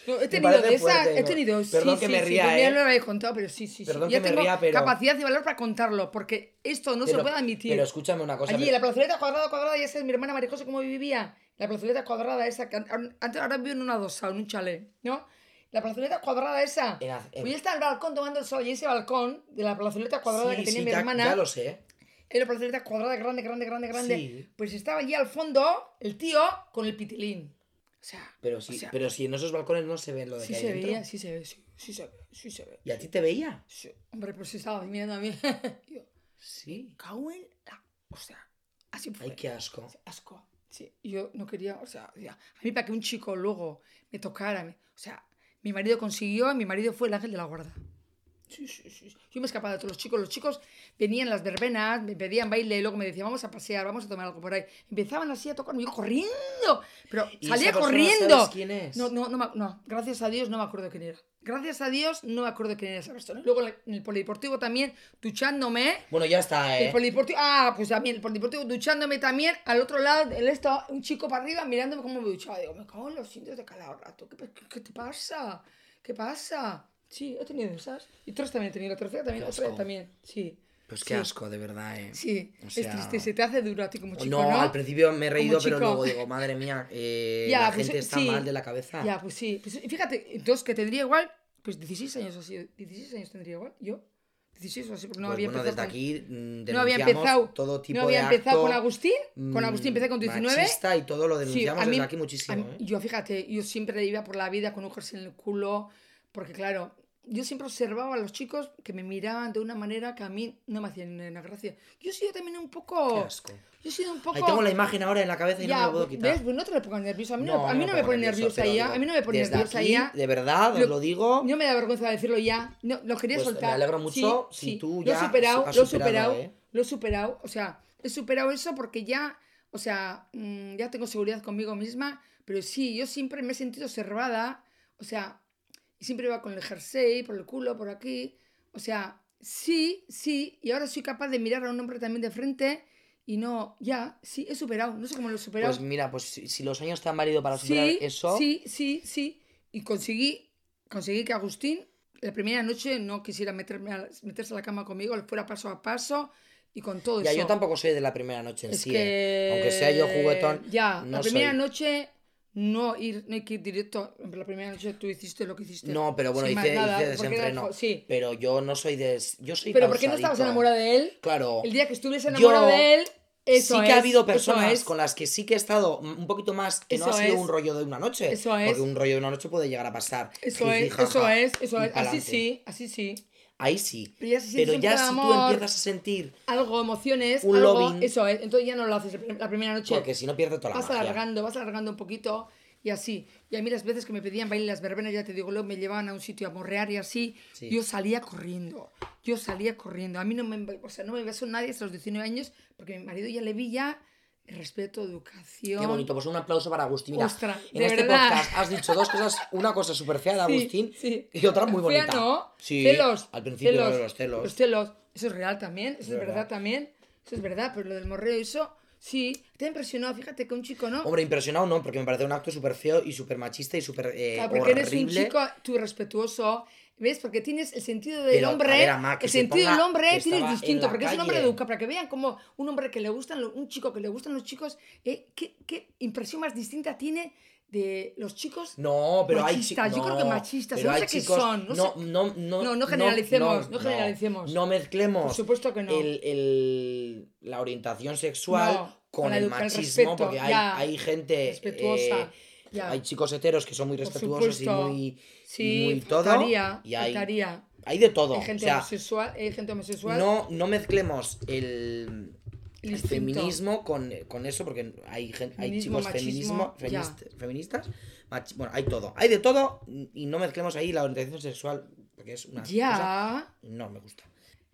Speaker 3: No, he tenido
Speaker 2: parece
Speaker 3: de esas,
Speaker 2: fuerte,
Speaker 3: he
Speaker 2: ¿no?
Speaker 3: tenido. sí,
Speaker 2: Perdón que
Speaker 3: sí,
Speaker 2: me
Speaker 3: sí,
Speaker 2: ría,
Speaker 3: pues mira,
Speaker 2: ¿eh?
Speaker 3: no lo habéis contado, pero sí, sí, sí.
Speaker 2: Perdón
Speaker 3: Yo
Speaker 2: que me
Speaker 3: tengo
Speaker 2: ría, pero-
Speaker 3: capacidad y valor para contarlo, porque esto no se
Speaker 2: Pero-
Speaker 3: puede admitir.
Speaker 2: Pero escúchame una cosa.
Speaker 3: Allí,
Speaker 2: pero-
Speaker 3: en la plazoleta cuadrada, cuadrada, y esa es mi hermana Maricosa, ¿cómo vivía? La plazoleta cuadrada esa, que an- antes ahora vivo en una dosa, en un chalet, ¿no? La plazoleta cuadrada esa.
Speaker 2: En la- en-
Speaker 3: Pues yo estaba en el balcón tomando el sol, y ese balcón de la plazoleta cuadrada
Speaker 2: Sí,
Speaker 3: que tenía
Speaker 2: sí,
Speaker 3: mi
Speaker 2: ya-
Speaker 3: hermana.
Speaker 2: Ya lo sé.
Speaker 3: Era una plazoleta cuadrada, grande, grande, grande, grande.
Speaker 2: Sí.
Speaker 3: Pues estaba allí al fondo el tío con el pitilín. O sea,
Speaker 2: Pero sí,
Speaker 3: o sea,
Speaker 2: pero si en esos balcones no se ve lo de
Speaker 3: sí
Speaker 2: que hay
Speaker 3: se
Speaker 2: dentro.
Speaker 3: veía, sí se ve, sí, sí se ve, sí se ve.
Speaker 2: ¿Y a ti te veía?
Speaker 3: Sí. Hombre, pues se estaba mirando a mí. Yo,
Speaker 2: Sí.
Speaker 3: cago en la... O sea, así fue.
Speaker 2: Ay, qué asco.
Speaker 3: Asco. Sí, yo no quería, o sea, ya, a mí para que un chico luego me tocara, me- o sea, mi marido consiguió, mi marido fue el ángel de la guarda. Sí, sí, sí. Yo me escapaba de todos los chicos, los chicos venían las verbenas, me pedían baile y luego me decían, vamos a pasear, vamos a tomar algo por ahí. Empezaban así a tocarme, yo corriendo, pero
Speaker 2: ¿Y
Speaker 3: salía
Speaker 2: esa persona
Speaker 3: corriendo.
Speaker 2: sabes quién es?
Speaker 3: No, no, no, me ac- no, gracias a Dios no me acuerdo quién era. Gracias a Dios no me acuerdo quién era esa persona. Luego en la- en el polideportivo también, duchándome,
Speaker 2: Bueno, ya está,
Speaker 3: el
Speaker 2: eh.
Speaker 3: polideportivo, ah, pues también, el polideportivo duchándome también, al otro lado, el esto, un chico para arriba mirándome cómo me duchaba. Digo, me cago en los indios de calabra, ¿tú qué, qué- qué te pasa? ¿Qué pasa? Sí, he tenido esas. Y tres también he tenido, la tercera también,
Speaker 2: Qué
Speaker 3: otra
Speaker 2: asco.
Speaker 3: también, sí.
Speaker 2: Pues
Speaker 3: Sí.
Speaker 2: qué asco, de verdad, eh.
Speaker 3: Sí,
Speaker 2: O
Speaker 3: es
Speaker 2: sea- Oh,
Speaker 3: triste, se te hace duro a ti como chico,
Speaker 2: no,
Speaker 3: ¿no?
Speaker 2: al principio me he reído,
Speaker 3: Como
Speaker 2: pero
Speaker 3: chico.
Speaker 2: luego digo, madre mía, eh,
Speaker 3: Ya,
Speaker 2: la
Speaker 3: pues,
Speaker 2: gente está
Speaker 3: sí.
Speaker 2: mal de la cabeza.
Speaker 3: Ya, pues sí. Pues, y fíjate, entonces que tendría igual, pues 16 años así, 16 años tendría igual, yo. 16 o así, porque no
Speaker 2: Pues
Speaker 3: había
Speaker 2: bueno,
Speaker 3: empezado
Speaker 2: desde
Speaker 3: tan-
Speaker 2: aquí mm,
Speaker 3: no había
Speaker 2: denunciamos
Speaker 3: empezado,
Speaker 2: todo tipo
Speaker 3: no había
Speaker 2: de
Speaker 3: empezado
Speaker 2: acto,
Speaker 3: con Agustín, con
Speaker 2: mm,
Speaker 3: Agustín empecé con 19.
Speaker 2: Machista y todo lo denunciamos
Speaker 3: a mí-
Speaker 2: desde aquí
Speaker 3: a
Speaker 2: muchísimo,
Speaker 3: mí-
Speaker 2: ¿eh?
Speaker 3: Yo, fíjate, yo siempre iba por la vida con ojos en el culo, porque claro, yo siempre observaba a los chicos que me miraban de una manera que a mí no me hacían ni una gracia. Yo he sido también un
Speaker 2: Qué
Speaker 3: poco...
Speaker 2: asco.
Speaker 3: Yo he sido un poco...
Speaker 2: Ahí tengo la imagen ahora en la cabeza y
Speaker 3: ya,
Speaker 2: no me lo puedo quitar.
Speaker 3: ¿ves? Pues no te lo pongas nervioso. A mí no,
Speaker 2: No,
Speaker 3: a mí no me,
Speaker 2: pongo
Speaker 3: pone
Speaker 2: nervioso,
Speaker 3: nerviosa
Speaker 2: pero
Speaker 3: ya.
Speaker 2: digo,
Speaker 3: A mí no me pone
Speaker 2: desde
Speaker 3: nerviosa
Speaker 2: aquí,
Speaker 3: ya.
Speaker 2: De verdad, os
Speaker 3: Lo-
Speaker 2: lo digo.
Speaker 3: No me da vergüenza decirlo ya. No, lo quería
Speaker 2: Pues me
Speaker 3: soltar.
Speaker 2: alegro mucho si tú
Speaker 3: Lo
Speaker 2: ya
Speaker 3: he superado,
Speaker 2: has
Speaker 3: lo he
Speaker 2: superado,
Speaker 3: superado.
Speaker 2: ¿eh?
Speaker 3: Lo he superado. O sea, he superado eso porque ya, o sea, mm, ya tengo seguridad conmigo misma. Pero sí, yo siempre me he sentido cerrada. O sea, y siempre iba con el jersey, por el culo, por aquí. O sea, sí, sí. Y ahora soy capaz de mirar a un hombre también de frente. Y no, ya, sí, he superado. No sé cómo lo he superado.
Speaker 2: Pues mira, pues si, si los años te han valido para superar
Speaker 3: Sí,
Speaker 2: eso,
Speaker 3: sí, sí, sí. Y conseguí, conseguí que Agustín la primera noche no quisiera meterme a- meterse a la cama conmigo, le fuera paso a paso y con todo
Speaker 2: ya
Speaker 3: eso.
Speaker 2: yo tampoco soy de la primera noche en
Speaker 3: Es
Speaker 2: sí,
Speaker 3: que...
Speaker 2: eh. aunque sea yo juguetón,
Speaker 3: Ya,
Speaker 2: no
Speaker 3: la primera
Speaker 2: soy.
Speaker 3: noche no ir, no hay que ir directo. La primera noche tú hiciste lo que hiciste.
Speaker 2: No, pero bueno,
Speaker 3: Sin más
Speaker 2: hice,
Speaker 3: nada,
Speaker 2: hice
Speaker 3: porque era-
Speaker 2: desenfreno.
Speaker 3: Sí.
Speaker 2: Pero yo no soy de... Yo soy
Speaker 3: Pero ¿por qué no estabas
Speaker 2: pausadito.
Speaker 3: enamorada de él?
Speaker 2: Claro.
Speaker 3: El día que estuviese
Speaker 2: Yo-
Speaker 3: enamorada de él, eso
Speaker 2: sí que
Speaker 3: es,
Speaker 2: ha habido
Speaker 3: eso
Speaker 2: personas
Speaker 3: es.
Speaker 2: con las que sí que he estado un poquito más, que no
Speaker 3: Eso
Speaker 2: ha sido
Speaker 3: es.
Speaker 2: un rollo de una noche.
Speaker 3: Eso es.
Speaker 2: Porque un rollo de una noche puede llegar a pasar.
Speaker 3: Eso
Speaker 2: jiji,
Speaker 3: es,
Speaker 2: jaja,
Speaker 3: eso es, eso
Speaker 2: y
Speaker 3: es. Así
Speaker 2: pa'lante.
Speaker 3: sí, así sí.
Speaker 2: Ahí sí.
Speaker 3: Pero ya si
Speaker 2: Pero
Speaker 3: sientes
Speaker 2: ya
Speaker 3: un
Speaker 2: si tú
Speaker 3: amor-
Speaker 2: empiezas a sentir...
Speaker 3: algo, emociones,
Speaker 2: Un
Speaker 3: algo,
Speaker 2: lobbying.
Speaker 3: eso es. Entonces ya no lo haces la prim- la primera noche.
Speaker 2: Porque si no pierde toda la
Speaker 3: vas
Speaker 2: magia.
Speaker 3: alargando, vas alargando un poquito y así. Y a mí las veces que me pedían baile en las verbenas, ya te digo, luego me llevaban a un sitio a morrear y así,
Speaker 2: Sí.
Speaker 3: yo salía corriendo. Yo salía corriendo. A mí no me, o sea, no me besó nadie hasta los 19 años porque mi marido ya le vi ya respeto, educación.
Speaker 2: Qué bonito, pues un aplauso para Agustín. Mira,
Speaker 3: Ostras,
Speaker 2: en
Speaker 3: de
Speaker 2: este
Speaker 3: verdad.
Speaker 2: podcast has dicho dos cosas, una cosa súper fea de
Speaker 3: Sí,
Speaker 2: Agustín
Speaker 3: sí.
Speaker 2: y otra muy
Speaker 3: Fea,
Speaker 2: bonita.
Speaker 3: ¿no?
Speaker 2: Sí,
Speaker 3: Celos. Pues
Speaker 2: al principio de los celos.
Speaker 3: Los celos. Eso es real también. Eso es
Speaker 2: Verdad.
Speaker 3: verdad, también. Eso es verdad, pero lo del morreo, eso sí. Te ha impresionado, fíjate que un chico, ¿no?
Speaker 2: Hombre, impresionado no, porque me parece un acto súper feo y súper machista y súper eh,
Speaker 3: Claro, porque
Speaker 2: horrible.
Speaker 3: eres un chico tú respetuoso, ¿ves? Porque tienes el sentido del
Speaker 2: Pero, a
Speaker 3: hombre,
Speaker 2: ver, Ama, que
Speaker 3: el
Speaker 2: se
Speaker 3: sentido
Speaker 2: ponga
Speaker 3: del hombre
Speaker 2: que
Speaker 3: tienes
Speaker 2: estaba en
Speaker 3: distinto,
Speaker 2: la
Speaker 3: porque es un hombre
Speaker 2: calle.
Speaker 3: educado, para que vean como un hombre que le gustan, lo- un chico que le gustan los chicos, eh, ¿qué, qué impresión más distinta tiene de los chicos?
Speaker 2: No, pero
Speaker 3: Machistas,
Speaker 2: hay chicos.
Speaker 3: yo creo que machistas,
Speaker 2: pero
Speaker 3: no sé
Speaker 2: hay
Speaker 3: qué
Speaker 2: chicos-
Speaker 3: son, no
Speaker 2: No,
Speaker 3: sé-
Speaker 2: no, no,
Speaker 3: No, no generalicemos, no generalicemos.
Speaker 2: No mezclemos.
Speaker 3: Por supuesto que no.
Speaker 2: el- el- la orientación sexual
Speaker 3: No,
Speaker 2: con,
Speaker 3: con la
Speaker 2: el
Speaker 3: educa- el
Speaker 2: machismo,
Speaker 3: respeto,
Speaker 2: porque hay,
Speaker 3: ya.
Speaker 2: hay gente.
Speaker 3: Respetuosa,
Speaker 2: eh,
Speaker 3: ya.
Speaker 2: Hay chicos heteros que son muy
Speaker 3: Por
Speaker 2: respetuosos y
Speaker 3: supuesto.
Speaker 2: muy.
Speaker 3: Sí,
Speaker 2: muy todo.
Speaker 3: faltaría,
Speaker 2: y hay,
Speaker 3: faltaría.
Speaker 2: hay de todo.
Speaker 3: Hay gente
Speaker 2: o sea,
Speaker 3: homosexual, hay gente homosexual.
Speaker 2: no, no mezclemos el, el
Speaker 3: instinto.
Speaker 2: feminismo con, con eso, porque hay, gen- hay
Speaker 3: Feminismo,
Speaker 2: chicos feminismo,
Speaker 3: machismo,
Speaker 2: feminist- feministas, machi- bueno, hay todo, hay de todo y no mezclemos ahí la orientación sexual, porque es una cosa-
Speaker 3: Ya,
Speaker 2: no me gusta.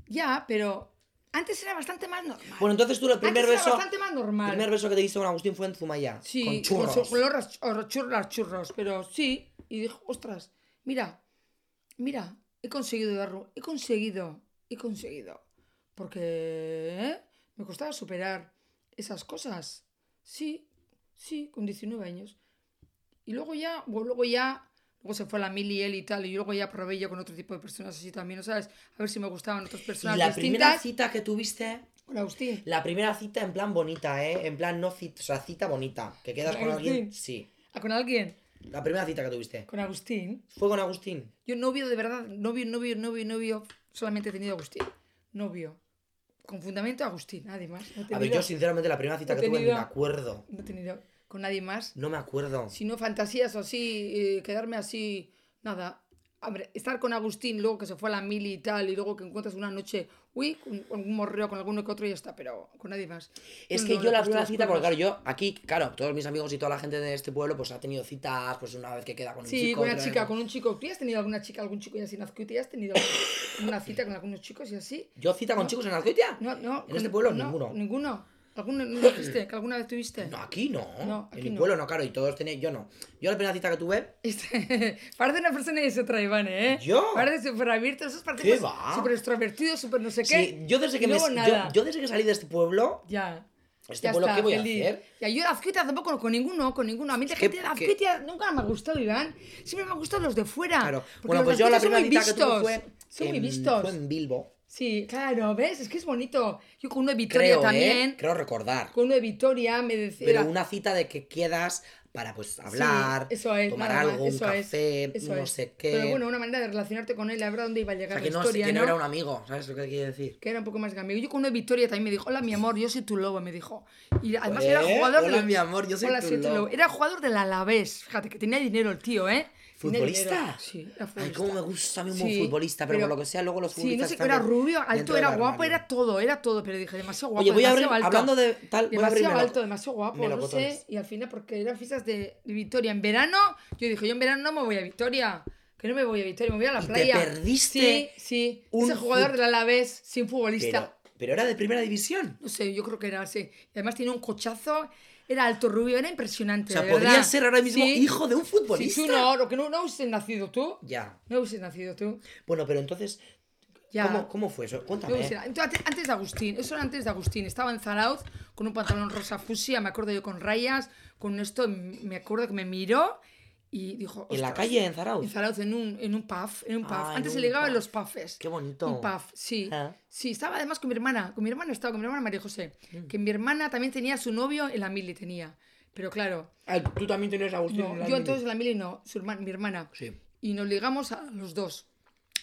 Speaker 3: ya, pero antes era bastante más normal.
Speaker 2: Bueno, entonces tú el primer
Speaker 3: antes era
Speaker 2: beso,
Speaker 3: bastante más normal.
Speaker 2: primer beso que te diste con Agustín fue en Zumaya,
Speaker 3: Sí,
Speaker 2: con churros.
Speaker 3: su- con los ras- o los churros, las churros, pero sí. Y dijo, ostras, mira, mira, he conseguido darlo, he conseguido, he conseguido. Porque ¿eh? me costaba superar esas cosas. Sí, sí, con 19 años. Y luego ya, bueno, luego ya, luego se fue a la mili él y tal, y luego ya probé yo con otro tipo de personas así también, ¿no sabes? A ver si me gustaban otras
Speaker 2: y
Speaker 3: personas
Speaker 2: la primera
Speaker 3: distintas.
Speaker 2: cita que tuviste,
Speaker 3: Hola, Agustín.
Speaker 2: la primera cita en plan bonita, ¿eh? En plan no cita, o sea, cita bonita, que quedas con
Speaker 3: Agustín.
Speaker 2: alguien, sí.
Speaker 3: ¿Ah, ¿Con alguien?
Speaker 2: La primera cita que tuviste.
Speaker 3: Con Agustín.
Speaker 2: Fue con Agustín.
Speaker 3: Yo novio, de verdad, novio, novio, novio, novio, solamente he tenido a Agustín. Novio. Con fundamento Agustín, nadie más. No he
Speaker 2: A
Speaker 3: tenido,
Speaker 2: ver, yo sinceramente la primera cita
Speaker 3: no
Speaker 2: que tuve ni me
Speaker 3: tenido-
Speaker 2: acuerdo.
Speaker 3: no he tenido con nadie más.
Speaker 2: No me acuerdo.
Speaker 3: Si no fantasías o así, eh, quedarme así, nada. A ver, estar con Agustín, luego que se fue a la mili y tal, y luego que encuentras una noche, uy, con algún morreo, con alguno que otro y ya está, pero con nadie más.
Speaker 2: Es
Speaker 3: No,
Speaker 2: que
Speaker 3: Mm, no,
Speaker 2: yo
Speaker 3: le
Speaker 2: la
Speaker 3: he puesto
Speaker 2: primera
Speaker 3: los
Speaker 2: cita, porque claro,
Speaker 3: cuernos.
Speaker 2: yo aquí, claro, todos mis amigos y toda la gente de este pueblo pues ha tenido citas, pues una vez que queda con un
Speaker 3: Sí,
Speaker 2: chico.
Speaker 3: con una
Speaker 2: otra vez
Speaker 3: chica, con un chico. ¿Tú ya has tenido alguna chica, algún chico y así en Azcuite? ¿Ya has tenido una cita con algunos chicos y así?
Speaker 2: ¿Yo cita con chicos en Alcoitia?
Speaker 3: No, no.
Speaker 2: ¿En
Speaker 3: con-
Speaker 2: este pueblo?
Speaker 3: no,
Speaker 2: Ninguno.
Speaker 3: Ninguno. ¿Alguno no lo tuviste? ¿Que alguna vez tuviste?
Speaker 2: No, aquí no.
Speaker 3: No,
Speaker 2: en
Speaker 3: aquí
Speaker 2: mi
Speaker 3: no.
Speaker 2: pueblo no, claro, y todos tenéis. Yo no. Yo la primera cita que tuve,
Speaker 3: Este- parece una persona y es otra, Iván, ¿eh?
Speaker 2: ¿Yo?
Speaker 3: Parece súper abierto. Esos
Speaker 2: ¿Qué
Speaker 3: parecen
Speaker 2: va?
Speaker 3: súper extrovertido, súper no sé qué.
Speaker 2: sí, yo desde que
Speaker 3: Y
Speaker 2: me,
Speaker 3: luego
Speaker 2: yo,
Speaker 3: nada.
Speaker 2: yo desde que salí de este pueblo,
Speaker 3: Ya.
Speaker 2: este
Speaker 3: ya
Speaker 2: pueblo,
Speaker 3: está,
Speaker 2: ¿qué voy
Speaker 3: feliz.
Speaker 2: a hacer?
Speaker 3: Ya, yo de Azcuitia tampoco, con ninguno, con ninguno. A mí la
Speaker 2: ¿Qué-
Speaker 3: gente de
Speaker 2: qué?
Speaker 3: Azcuitia nunca me ha gustado, Iván. Siempre me han gustado los de fuera.
Speaker 2: Claro.
Speaker 3: Ah, Porque
Speaker 2: Bueno,
Speaker 3: los
Speaker 2: pues
Speaker 3: de
Speaker 2: yo la
Speaker 3: Azcuitia
Speaker 2: primera
Speaker 3: son muy
Speaker 2: cita que tuve
Speaker 3: vistos.
Speaker 2: fue.
Speaker 3: Son muy
Speaker 2: en-
Speaker 3: vistos.
Speaker 2: Fue en Bilbo.
Speaker 3: Sí, claro, ¿ves? Es que es bonito. Yo con uno de Vitoria
Speaker 2: Creo, ¿eh?
Speaker 3: también.
Speaker 2: Creo recordar.
Speaker 3: Con uno de Vitoria me decía.
Speaker 2: Pero una cita de que quedas para pues hablar,
Speaker 3: eso es,
Speaker 2: tomar
Speaker 3: nada más,
Speaker 2: algo, un
Speaker 3: eso es,
Speaker 2: café,
Speaker 3: eso
Speaker 2: no
Speaker 3: es.
Speaker 2: sé qué.
Speaker 3: Pero bueno, una manera de relacionarte con él, a ver a dónde iba a
Speaker 2: o
Speaker 3: llegar
Speaker 2: sea, que
Speaker 3: la
Speaker 2: no,
Speaker 3: historia,
Speaker 2: que no
Speaker 3: ¿no?
Speaker 2: era un amigo, ¿sabes lo que quiero decir?
Speaker 3: Que era un poco más gamigo. Yo con una Victoria también me dijo, hola mi amor, yo soy tu lobo, me dijo. Y además era
Speaker 2: ¿Eh?
Speaker 3: jugador
Speaker 2: Hola,
Speaker 3: del-
Speaker 2: mi amor, yo soy
Speaker 3: Hola,
Speaker 2: tu lobo.
Speaker 3: Era jugador del Alavés, fíjate, que tenía dinero el tío, ¿eh? Tenía
Speaker 2: ¿Futbolista?
Speaker 3: dinero. Sí, era futbolista.
Speaker 2: Ay, cómo me gusta a mí un buen
Speaker 3: Sí,
Speaker 2: futbolista, pero,
Speaker 3: pero-
Speaker 2: por lo que sea, luego los
Speaker 3: Sí, no
Speaker 2: futbolistas
Speaker 3: sé, era
Speaker 2: están de-
Speaker 3: rubio,
Speaker 2: dentro
Speaker 3: alto,
Speaker 2: del
Speaker 3: era guapo,
Speaker 2: armario.
Speaker 3: era todo, era todo, pero dije, demasiado guapo,
Speaker 2: Oye, voy a abrir,
Speaker 3: demasiado alto.
Speaker 2: hablando de tal, voy a abrir
Speaker 3: Demasiado
Speaker 2: melo-
Speaker 3: alto, demasiado guapo, no
Speaker 2: melocotones.
Speaker 3: sé. Y al final, porque eran fiestas de, de Victoria en verano, yo dije, yo en verano no me voy a Victoria. Que no me voy a Victoria, me voy a la
Speaker 2: Y te
Speaker 3: playa.
Speaker 2: perdiste
Speaker 3: Sí, sí.
Speaker 2: un
Speaker 3: Ese jugador
Speaker 2: fut-
Speaker 3: del Alavés, sin futbolista.
Speaker 2: Pero, pero era de primera división.
Speaker 3: No sé, yo creo que era así. Y además tiene un cochazo, era alto rubio, era impresionante.
Speaker 2: O sea,
Speaker 3: de verdad.
Speaker 2: podría ser ahora mismo
Speaker 3: Sí.
Speaker 2: hijo de un
Speaker 3: Si
Speaker 2: futbolista.
Speaker 3: tú no, lo que no, no hubieses nacido tú.
Speaker 2: Ya.
Speaker 3: No hubieses nacido tú.
Speaker 2: Bueno, pero entonces,
Speaker 3: Ya.
Speaker 2: ¿cómo, cómo fue eso?
Speaker 3: No
Speaker 2: Cuéntame. ¿eh?
Speaker 3: hubiese- Entonces, antes- antes de Agustín, eso era antes de Agustín. Estaba en Zarauz con un pantalón rosa fusia, me acuerdo yo con rayas, con esto, m- me acuerdo que me miró y dijo.
Speaker 2: en la
Speaker 3: "Ostras".
Speaker 2: calle, en Zarauz.
Speaker 3: En Zarauz, en un, en un puff, en un puff.
Speaker 2: Ah, en
Speaker 3: Antes se
Speaker 2: un
Speaker 3: le llegaban
Speaker 2: puff.
Speaker 3: los puffes.
Speaker 2: Qué bonito.
Speaker 3: Un puff, sí.
Speaker 2: Ah.
Speaker 3: Sí, estaba además con mi hermana, con mi hermana estaba, con mi hermana María José.
Speaker 2: Mm.
Speaker 3: Que mi hermana también tenía su novio en la mili, tenía. Pero claro,
Speaker 2: Ah, Tú también tenías a Agustín
Speaker 3: no,
Speaker 2: en la
Speaker 3: yo
Speaker 2: mili.
Speaker 3: entonces en la mili no, su herma- mi hermana.
Speaker 2: Sí.
Speaker 3: Y nos ligamos a los dos.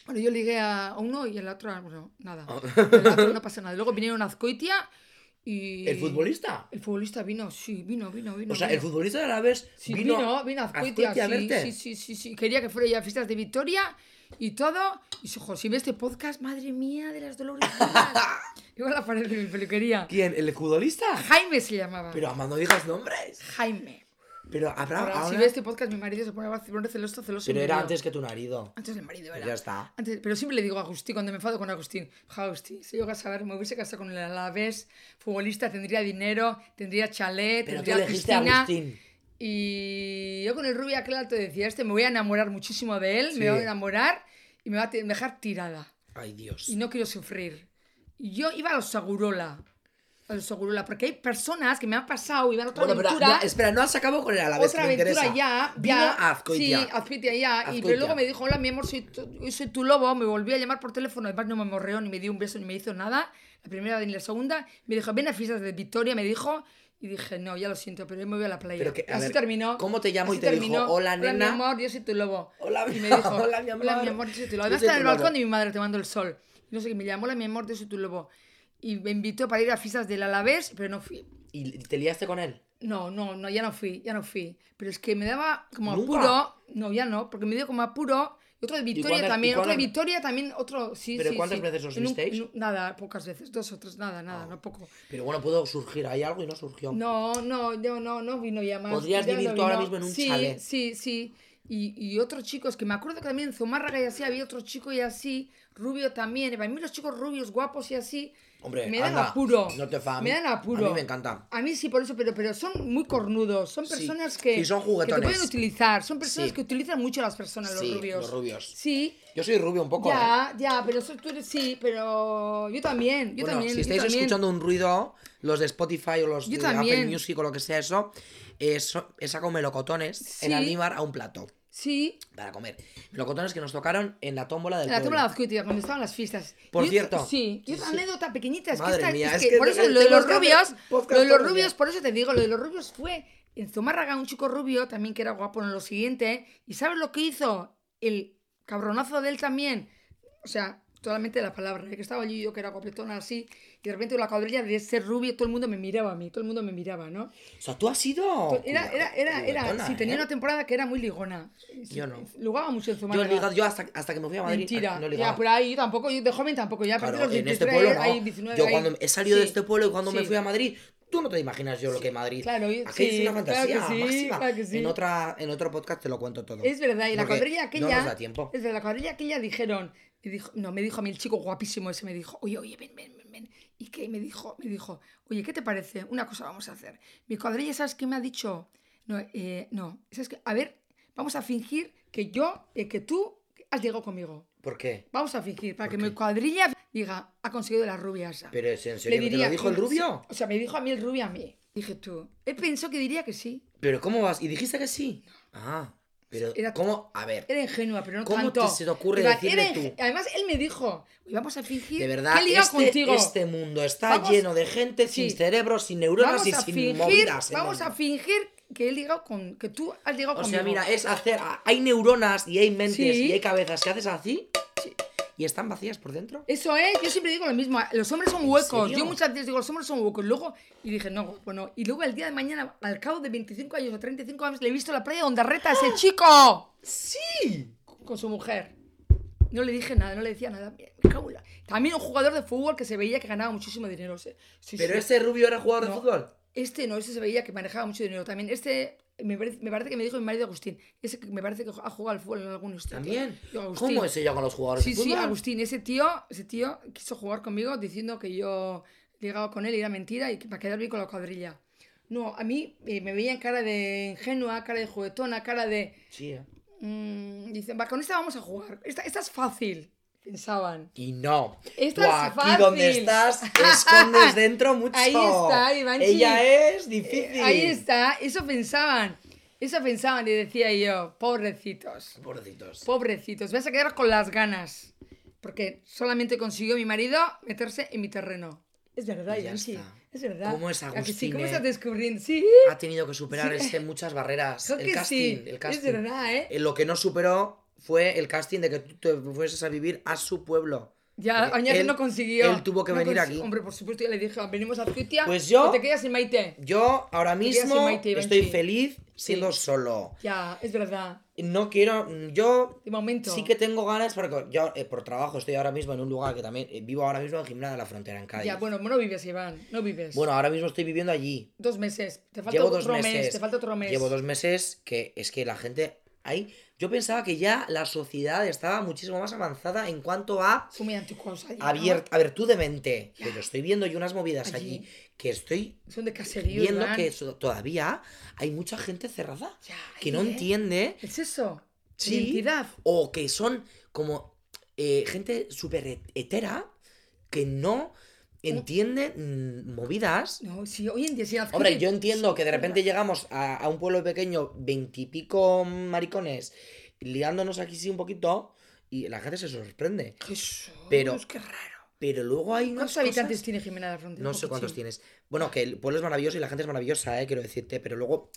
Speaker 3: Bueno, yo ligué a uno y el otro, a- bueno, nada.
Speaker 2: Ah.
Speaker 3: El otro no pasa nada. Luego vinieron a Azcoitia y...
Speaker 2: ¿El futbolista?
Speaker 3: El futbolista vino, sí, vino, vino, vino.
Speaker 2: O sea,
Speaker 3: vino.
Speaker 2: el futbolista de la vez
Speaker 3: Sí,
Speaker 2: vino,
Speaker 3: vino, vino, a Azcoitia,
Speaker 2: Azcoitia a
Speaker 3: sí,
Speaker 2: verte.
Speaker 3: sí, sí, sí, sí. Quería que fuera ya a fiestas de Victoria y todo. Y dijo, si ves este podcast, madre mía, de las dolores. Iba a la pared de mi peluquería.
Speaker 2: ¿Quién? ¿El futbolista?
Speaker 3: Jaime se llamaba.
Speaker 2: Pero ama, no digas nombres.
Speaker 3: Jaime.
Speaker 2: Pero habrá
Speaker 3: Ahora,
Speaker 2: ahora-
Speaker 3: si ves este podcast, mi marido se pone a poner celoso, celoso. y
Speaker 2: Pero
Speaker 3: me
Speaker 2: era
Speaker 3: dio.
Speaker 2: antes que tu marido.
Speaker 3: Antes del marido,
Speaker 2: Pues
Speaker 3: era.
Speaker 2: ya está.
Speaker 3: Antes- pero siempre le digo a Agustín, cuando me enfado con Agustín, "Ja, Agustín, si yo a saber, me hubiese casado con el Alavés, futbolista, tendría dinero, tendría chalet,
Speaker 2: Pero tú
Speaker 3: tendría
Speaker 2: elegiste a
Speaker 3: piscina".
Speaker 2: Agustín.
Speaker 3: Y yo con el rubio aquel alto decía, este me voy a enamorar muchísimo de él, me voy a
Speaker 2: Sí.
Speaker 3: enamorar y me va a te- dejar tirada.
Speaker 2: Ay, Dios.
Speaker 3: Y no quiero sufrir. Y yo iba a los Segurola. A los Segurola, porque hay personas que me han pasado y van a otra
Speaker 2: Bueno, pero
Speaker 3: aventura.
Speaker 2: no, espera, no has acabado con el Alavés,
Speaker 3: otra
Speaker 2: que me
Speaker 3: aventura
Speaker 2: interesa.
Speaker 3: ya, ya.
Speaker 2: Vino a Azcoitia.
Speaker 3: Sí, Azcoitia ya. Y,
Speaker 2: Azcoitia.
Speaker 3: pero luego me dijo, hola, mi amor, soy tu, soy tu lobo. Me volvió a llamar por teléfono. Además, no me morreó, ni me dio un beso, ni me hizo nada. La primera ni la segunda. Me dijo, ven a fiestas de Victoria, me dijo. Y dije, no, ya lo siento, pero yo me voy a la playa.
Speaker 2: Pero que, a
Speaker 3: así
Speaker 2: ver,
Speaker 3: terminó.
Speaker 2: ¿cómo te llamo y
Speaker 3: Así
Speaker 2: te dijo, "Hola, nena"?
Speaker 3: mi amor, yo soy tu lobo.
Speaker 2: Hola,
Speaker 3: y
Speaker 2: mi-
Speaker 3: me dijo,
Speaker 2: hola, mi amor.
Speaker 3: amor, yo soy tu
Speaker 2: Yo
Speaker 3: lobo. Además,
Speaker 2: soy
Speaker 3: está en
Speaker 2: tu
Speaker 3: el
Speaker 2: lobo.
Speaker 3: balcón y mi madre tomando el sol. Y no sé qué, me llamó, hola, mi amor, yo soy tu lobo. Y me invitó para ir a fiestas del Alavés, pero no fui.
Speaker 2: ¿Y te liaste con él?
Speaker 3: No, no, no, ya no fui, ya no fui. Pero es que me daba como
Speaker 2: ¿Nunca?
Speaker 3: apuro. No, ya no, porque me dio como apuro. Yo Otro de Victoria
Speaker 2: cuántas- y
Speaker 3: también, otro de
Speaker 2: cuántas-
Speaker 3: Victoria también, otro, sí,
Speaker 2: ¿Pero
Speaker 3: sí,
Speaker 2: cuántas
Speaker 3: sí.
Speaker 2: veces os
Speaker 3: En un-
Speaker 2: visteis? Ah.
Speaker 3: en un- nada, pocas veces, dos o tres, nada, nada, no poco.
Speaker 2: Pero bueno, pudo surgir ahí algo y no surgió.
Speaker 3: No, no, yo no, no vino ya más.
Speaker 2: Podrías
Speaker 3: ya
Speaker 2: vivir
Speaker 3: no
Speaker 2: tú ahora
Speaker 3: vino.
Speaker 2: mismo en un
Speaker 3: sí,
Speaker 2: chalet.
Speaker 3: Sí, sí, Y, y otros chicos, que me acuerdo que también en Zumárraga y así había otro chico y así, rubio también. Y para mí los chicos rubios, guapos y así,
Speaker 2: Hombre,
Speaker 3: me dan
Speaker 2: anda,
Speaker 3: apuro.
Speaker 2: no te fa- a
Speaker 3: Me
Speaker 2: mí-
Speaker 3: dan
Speaker 2: a mí
Speaker 3: apuro.
Speaker 2: me encanta.
Speaker 3: A mí sí, por eso, pero, pero son muy cornudos. Son personas que,
Speaker 2: sí, son
Speaker 3: que te
Speaker 2: juguetones.
Speaker 3: pueden utilizar. Son personas
Speaker 2: Sí.
Speaker 3: que utilizan mucho a las personas, los
Speaker 2: Sí,
Speaker 3: rubios.
Speaker 2: los rubios.
Speaker 3: Sí.
Speaker 2: Yo soy rubio un poco. ¿eh?
Speaker 3: Ya, ya, pero eso tú eres- sí, pero yo también, yo
Speaker 2: Bueno,
Speaker 3: también.
Speaker 2: si
Speaker 3: yo
Speaker 2: estáis
Speaker 3: también.
Speaker 2: escuchando un ruido, los de Spotify o los
Speaker 3: Yo
Speaker 2: de Apple
Speaker 3: también.
Speaker 2: Music o lo que sea eso, eh, so- he sacado melocotones en
Speaker 3: Sí.
Speaker 2: Aníbar a un plato
Speaker 3: Sí,
Speaker 2: para comer. Melocotones que nos tocaron en la tómbola del
Speaker 3: En la
Speaker 2: pueblo.
Speaker 3: tumba de Azcuitia, cuando estaban las fiestas.
Speaker 2: Por
Speaker 3: Y otra-
Speaker 2: cierto.
Speaker 3: Sí, y otra anécdota pequeñita, es
Speaker 2: Madre
Speaker 3: que, esta-
Speaker 2: mía,
Speaker 3: es
Speaker 2: es
Speaker 3: que
Speaker 2: que
Speaker 3: por eso
Speaker 2: tenemos-
Speaker 3: lo de los
Speaker 2: tenemos que hacer
Speaker 3: rubios,
Speaker 2: podcast
Speaker 3: lo de los
Speaker 2: todos los
Speaker 3: rubios,
Speaker 2: días.
Speaker 3: por eso te digo, lo de los rubios fue en Zumárraga un chico rubio, también que era guapo en lo siguiente, y ¿sabes lo que hizo? El cabronazo de él también, o sea, totalmente la palabra, ¿eh? que estaba allí yo que era guapetona así, y de repente la cuadrilla de ese rubio, todo el mundo me miraba a mí, todo el mundo me miraba, ¿no?
Speaker 2: O sea, tú has sido.
Speaker 3: Era, era, era, era,
Speaker 2: juguetona,
Speaker 3: si tenía
Speaker 2: Oh, ¿eh?
Speaker 3: una temporada que era muy ligona.
Speaker 2: Yo no.
Speaker 3: Lugaba mucho en
Speaker 2: Yo,
Speaker 3: Zumárraga.
Speaker 2: he ligado- yo hasta, hasta que me fui a Madrid.
Speaker 3: Mentira.
Speaker 2: No ligaba.
Speaker 3: ya, pero ahí yo tampoco, yo de joven tampoco, ya a
Speaker 2: Claro,
Speaker 3: partir de los
Speaker 2: en este
Speaker 3: 23,
Speaker 2: pueblo no.
Speaker 3: ahí 19,
Speaker 2: yo
Speaker 3: ahí-
Speaker 2: cuando he salido de
Speaker 3: Sí,
Speaker 2: este pueblo y cuando me
Speaker 3: sí.
Speaker 2: fui a Madrid, tú no te imaginas yo lo que es Madrid.
Speaker 3: claro, yo-
Speaker 2: Aquello
Speaker 3: sí,
Speaker 2: es una fantasía
Speaker 3: claro que sí,
Speaker 2: máxima.
Speaker 3: claro que sí.
Speaker 2: En, otra, en otro podcast te lo cuento todo.
Speaker 3: Es verdad, y la
Speaker 2: Porque
Speaker 3: cuadrilla aquella.
Speaker 2: No nos da tiempo.
Speaker 3: Es verdad, la cuadrilla aquella dijeron. me dijo- no, me dijo a mí el chico guapísimo ese, me dijo, oye, oye, ven, ven, ven, ven. ¿Y qué? Me dijo, me dijo, oye, ¿qué te parece? Una cosa vamos a hacer. Mi cuadrilla, ¿sabes qué me ha dicho? No, eh, no, ¿sabes qué? A ver, vamos a fingir que yo, eh, que tú has llegado conmigo.
Speaker 2: ¿Por qué?
Speaker 3: Vamos a fingir, para que
Speaker 2: ¿Por qué?
Speaker 3: mi cuadrilla diga, ha conseguido la rubia esa.
Speaker 2: Pero ¿es en serio que te lo dijo el
Speaker 3: sí,
Speaker 2: rubio?
Speaker 3: O sea, me dijo a mí el rubio a mí. Dije tú. Él pensó que diría que sí.
Speaker 2: ¿Pero cómo vas? ¿Y dijiste que sí? Ah, pero
Speaker 3: Era-
Speaker 2: ¿cómo? A ver,
Speaker 3: Era ingenua, pero no
Speaker 2: ¿Cómo
Speaker 3: tanto.
Speaker 2: te- se te ocurre
Speaker 3: Iba-
Speaker 2: decirle
Speaker 3: era inge-
Speaker 2: tú?
Speaker 3: Además, él me dijo, "Uy, vamos a fingir
Speaker 2: de verdad,
Speaker 3: que he ligado
Speaker 2: este,
Speaker 3: contigo.
Speaker 2: este mundo está
Speaker 3: Vamos-
Speaker 2: lleno de gente sin
Speaker 3: sí.
Speaker 2: cerebro, sin neuronas
Speaker 3: vamos
Speaker 2: y
Speaker 3: a
Speaker 2: sin
Speaker 3: fingir,
Speaker 2: movidas.
Speaker 3: vamos a
Speaker 2: enormes.
Speaker 3: fingir que he ligado con, que tú has ligado
Speaker 2: O
Speaker 3: conmigo.
Speaker 2: sea, mira, eh- es hacer. a- Hay neuronas y hay mentes
Speaker 3: Sí.
Speaker 2: y hay cabezas que haces así y están vacías por dentro.
Speaker 3: Eso es, yo siempre digo lo mismo, "Ah, los hombres son huecos.
Speaker 2: serio?
Speaker 3: Yo muchas veces digo, los hombres son huecos. Luego, y dije, no, bueno, y luego el día de mañana, al cabo de 25 años o 35 años, le he visto la playa donde reta a ese
Speaker 2: ¡Ah!
Speaker 3: chico.
Speaker 2: ¡Sí!
Speaker 3: con su mujer. No le dije nada, no le decía nada. Me cago en la- También un jugador de fútbol que se veía que ganaba muchísimo dinero. se- sí,
Speaker 2: Pero
Speaker 3: sí.
Speaker 2: ese rubio era jugador de
Speaker 3: No.
Speaker 2: fútbol.
Speaker 3: Este no, ese se veía que manejaba mucho dinero. También este, me parece, me parece que me dijo mi marido Agustín. Ese que me parece que ha jugado al fútbol en algún instante.
Speaker 2: También.
Speaker 3: Yo, Agustín.
Speaker 2: ¿Cómo es ella con los jugadores
Speaker 3: Sí,
Speaker 2: de fútbol?
Speaker 3: sí, Agustín, ese tío, ese tío quiso jugar conmigo diciendo que yo llegaba con él y era mentira y que para quedar bien con la cuadrilla. No, a mí eh, me veían cara de ingenua, cara de juguetona, cara de...
Speaker 2: Sí, ¿eh?
Speaker 3: Mm, dicen, va, con esta vamos a jugar. Esta, esta es fácil, pensaban.
Speaker 2: Y no.
Speaker 3: Esto
Speaker 2: Tú
Speaker 3: es
Speaker 2: aquí
Speaker 3: fácil.
Speaker 2: donde estás, escondes dentro mucho.
Speaker 3: Ahí está, Ivanchi.
Speaker 2: Ella es difícil.
Speaker 3: Eh, Ahí está, eso pensaban. Eso pensaban y decía yo, pobrecitos,
Speaker 2: Pobrecitos.
Speaker 3: pobrecitos, me vas a quedar con las ganas. Porque solamente consiguió mi marido meterse en mi terreno. Es verdad,
Speaker 2: Y ya
Speaker 3: Ivanchi,
Speaker 2: está.
Speaker 3: es verdad.
Speaker 2: ¿Cómo es
Speaker 3: ¿A que sí?
Speaker 2: Agustín,
Speaker 3: ¿Cómo
Speaker 2: eh?
Speaker 3: estás descubriendo? Sí,
Speaker 2: Ha tenido que superar este, muchas barreras.
Speaker 3: creo
Speaker 2: El
Speaker 3: que
Speaker 2: casting,
Speaker 3: sí.
Speaker 2: el casting.
Speaker 3: Es verdad, ¿eh?
Speaker 2: Eh, Lo que no superó fue el casting de que tú te fueses a vivir a su pueblo.
Speaker 3: Ya,
Speaker 2: Porque
Speaker 3: Añar
Speaker 2: eh, él-
Speaker 3: no consiguió.
Speaker 2: él tuvo que
Speaker 3: No
Speaker 2: venir
Speaker 3: consi-
Speaker 2: aquí.
Speaker 3: Hombre, por supuesto, ya le dije, venimos a Azcuitia.
Speaker 2: Pues yo-
Speaker 3: o te quedas en Maite.
Speaker 2: Yo ahora
Speaker 3: Quería ser
Speaker 2: mismo
Speaker 3: Maite Ivanchi.
Speaker 2: estoy feliz siendo solo.
Speaker 3: Ya, es verdad.
Speaker 2: No quiero. Yo
Speaker 3: De momento.
Speaker 2: Sí que tengo ganas porque yo eh, por trabajo estoy ahora mismo en un lugar que también eh, vivo ahora mismo en Gimnasia de la Frontera en Cádiz.
Speaker 3: Ya, bueno, no vives, Iván, no vives.
Speaker 2: Bueno, ahora mismo estoy viviendo allí.
Speaker 3: dos meses. Te falta
Speaker 2: Llevo dos
Speaker 3: otro
Speaker 2: meses.
Speaker 3: mes, te falta otro mes.
Speaker 2: Llevo dos meses que es que la gente ahí yo pensaba que ya la sociedad estaba muchísimo más avanzada en cuanto a
Speaker 3: Son muy anticuados allí, ¿no?
Speaker 2: abier- abertud de mente, pero estoy viendo yo unas movidas allí,
Speaker 3: Allí.
Speaker 2: que estoy
Speaker 3: Son de caserío,
Speaker 2: viendo
Speaker 3: Iván.
Speaker 2: que so- todavía hay mucha gente cerrada
Speaker 3: Ya,
Speaker 2: que
Speaker 3: ahí,
Speaker 2: no
Speaker 3: ¿eh?
Speaker 2: entiende
Speaker 3: ¿Es eso?
Speaker 2: Sí.
Speaker 3: Identidad.
Speaker 2: o que son como eh, gente súper het- hetera que no entiende mm, movidas.
Speaker 3: No, sí, hoy en día sí.
Speaker 2: Hombre, yo entiendo que de repente llegamos a, a un pueblo pequeño, veintipico maricones, liándonos aquí sí un poquito, y la gente se sorprende.
Speaker 3: Jesús,
Speaker 2: Pero-
Speaker 3: qué raro.
Speaker 2: Pero luego hay unas
Speaker 3: ¿Cuántos habitantes
Speaker 2: cosas-
Speaker 3: tiene Jimena de la Frontera?
Speaker 2: No sé cuántos tienes. Bueno, que el pueblo es maravilloso y la gente es maravillosa, eh, quiero decirte. Pero luego,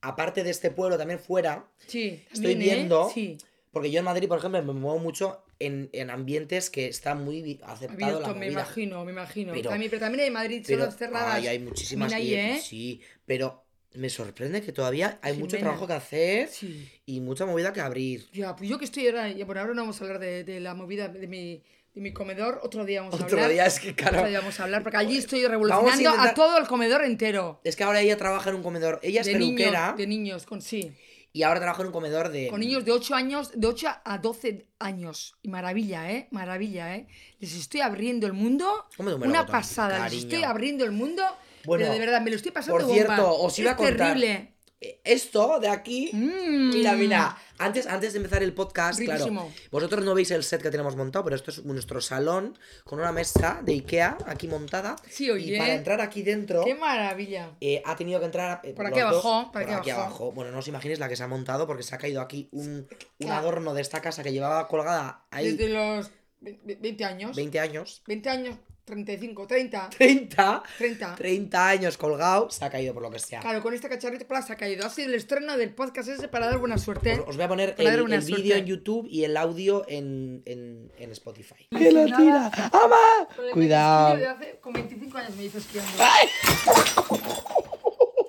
Speaker 2: aparte de este pueblo, también fuera,
Speaker 3: Sí,
Speaker 2: Estoy
Speaker 3: también, ¿eh?
Speaker 2: viendo-
Speaker 3: Sí,
Speaker 2: Porque yo en Madrid, por ejemplo, me muevo mucho en, en ambientes que está muy vi- aceptado la
Speaker 3: abierto, me
Speaker 2: movida.
Speaker 3: imagino, me imagino.
Speaker 2: Pero-
Speaker 3: también, pero también hay en Madrid,
Speaker 2: Pero
Speaker 3: zonas cerradas.
Speaker 2: ay, hay muchísimas
Speaker 3: También
Speaker 2: y-
Speaker 3: hay, ¿eh?
Speaker 2: sí, pero Me sorprende que todavía hay mucho
Speaker 3: Jimena.
Speaker 2: trabajo que hacer
Speaker 3: Sí.
Speaker 2: y mucha movida que abrir.
Speaker 3: Ya, pues yo que estoy ahora, ya por ahora no vamos a hablar de, de la movida de mi, de mi comedor, otro día vamos a
Speaker 2: Otro
Speaker 3: hablar.
Speaker 2: día es que, claro,
Speaker 3: Otro día vamos a hablar, porque allí estoy
Speaker 2: a
Speaker 3: revolucionando a,
Speaker 2: intentar-
Speaker 3: todo el comedor entero.
Speaker 2: Es que ahora ella trabaja en un comedor. Ella es
Speaker 3: de
Speaker 2: peluquera
Speaker 3: niños, de niños, con sí.
Speaker 2: y ahora trabaja en un comedor de.
Speaker 3: Con niños de 8 años, de 8 a 12 años. Y maravilla, ¿eh? Maravilla, ¿eh? Les estoy abriendo el mundo.
Speaker 2: ¿Cómo te me lo
Speaker 3: una
Speaker 2: hago tan-
Speaker 3: pasada. Les
Speaker 2: cariño?
Speaker 3: estoy abriendo el mundo.
Speaker 2: Bueno,
Speaker 3: pero de verdad, me lo estoy pasando
Speaker 2: Por cierto,
Speaker 3: bomba.
Speaker 2: os iba
Speaker 3: es
Speaker 2: a contar.
Speaker 3: terrible.
Speaker 2: eh, Esto de aquí.
Speaker 3: Mm.
Speaker 2: Mira, mira. Antes, antes de empezar el podcast, claro.
Speaker 3: Riquísimo.
Speaker 2: Vosotros no veis el set que tenemos montado, pero esto es nuestro salón con una mesa de Ikea aquí montada.
Speaker 3: Sí, oye.
Speaker 2: Y para entrar aquí dentro.
Speaker 3: Qué maravilla.
Speaker 2: eh, ha tenido que entrar eh,
Speaker 3: Por
Speaker 2: los
Speaker 3: aquí
Speaker 2: dos,
Speaker 3: abajo, por aquí abajo.
Speaker 2: Bueno, no os imaginéis la que se ha montado porque se ha caído aquí un, un
Speaker 3: Claro.
Speaker 2: adorno de esta casa que llevaba colgada ahí
Speaker 3: Desde los ve- ve- 20 años.
Speaker 2: 20 años.
Speaker 3: 20 años, 35, 30,
Speaker 2: 30.
Speaker 3: 30.
Speaker 2: 30 años colgado, se ha caído por lo que sea.
Speaker 3: Claro, con este cacharrito plas ha caído. Ha sido el estreno del podcast ese para dar buena
Speaker 2: Os,
Speaker 3: suerte. ¿eh?
Speaker 2: os voy a poner
Speaker 3: Para
Speaker 2: el,
Speaker 3: dar una
Speaker 2: el
Speaker 3: suerte.
Speaker 2: vídeo en YouTube y el audio en, en, en Spotify.
Speaker 3: ¡Que lo tira!
Speaker 2: ¡Ama! Cuidado.
Speaker 3: De hace con 25 años me hizo esquiando.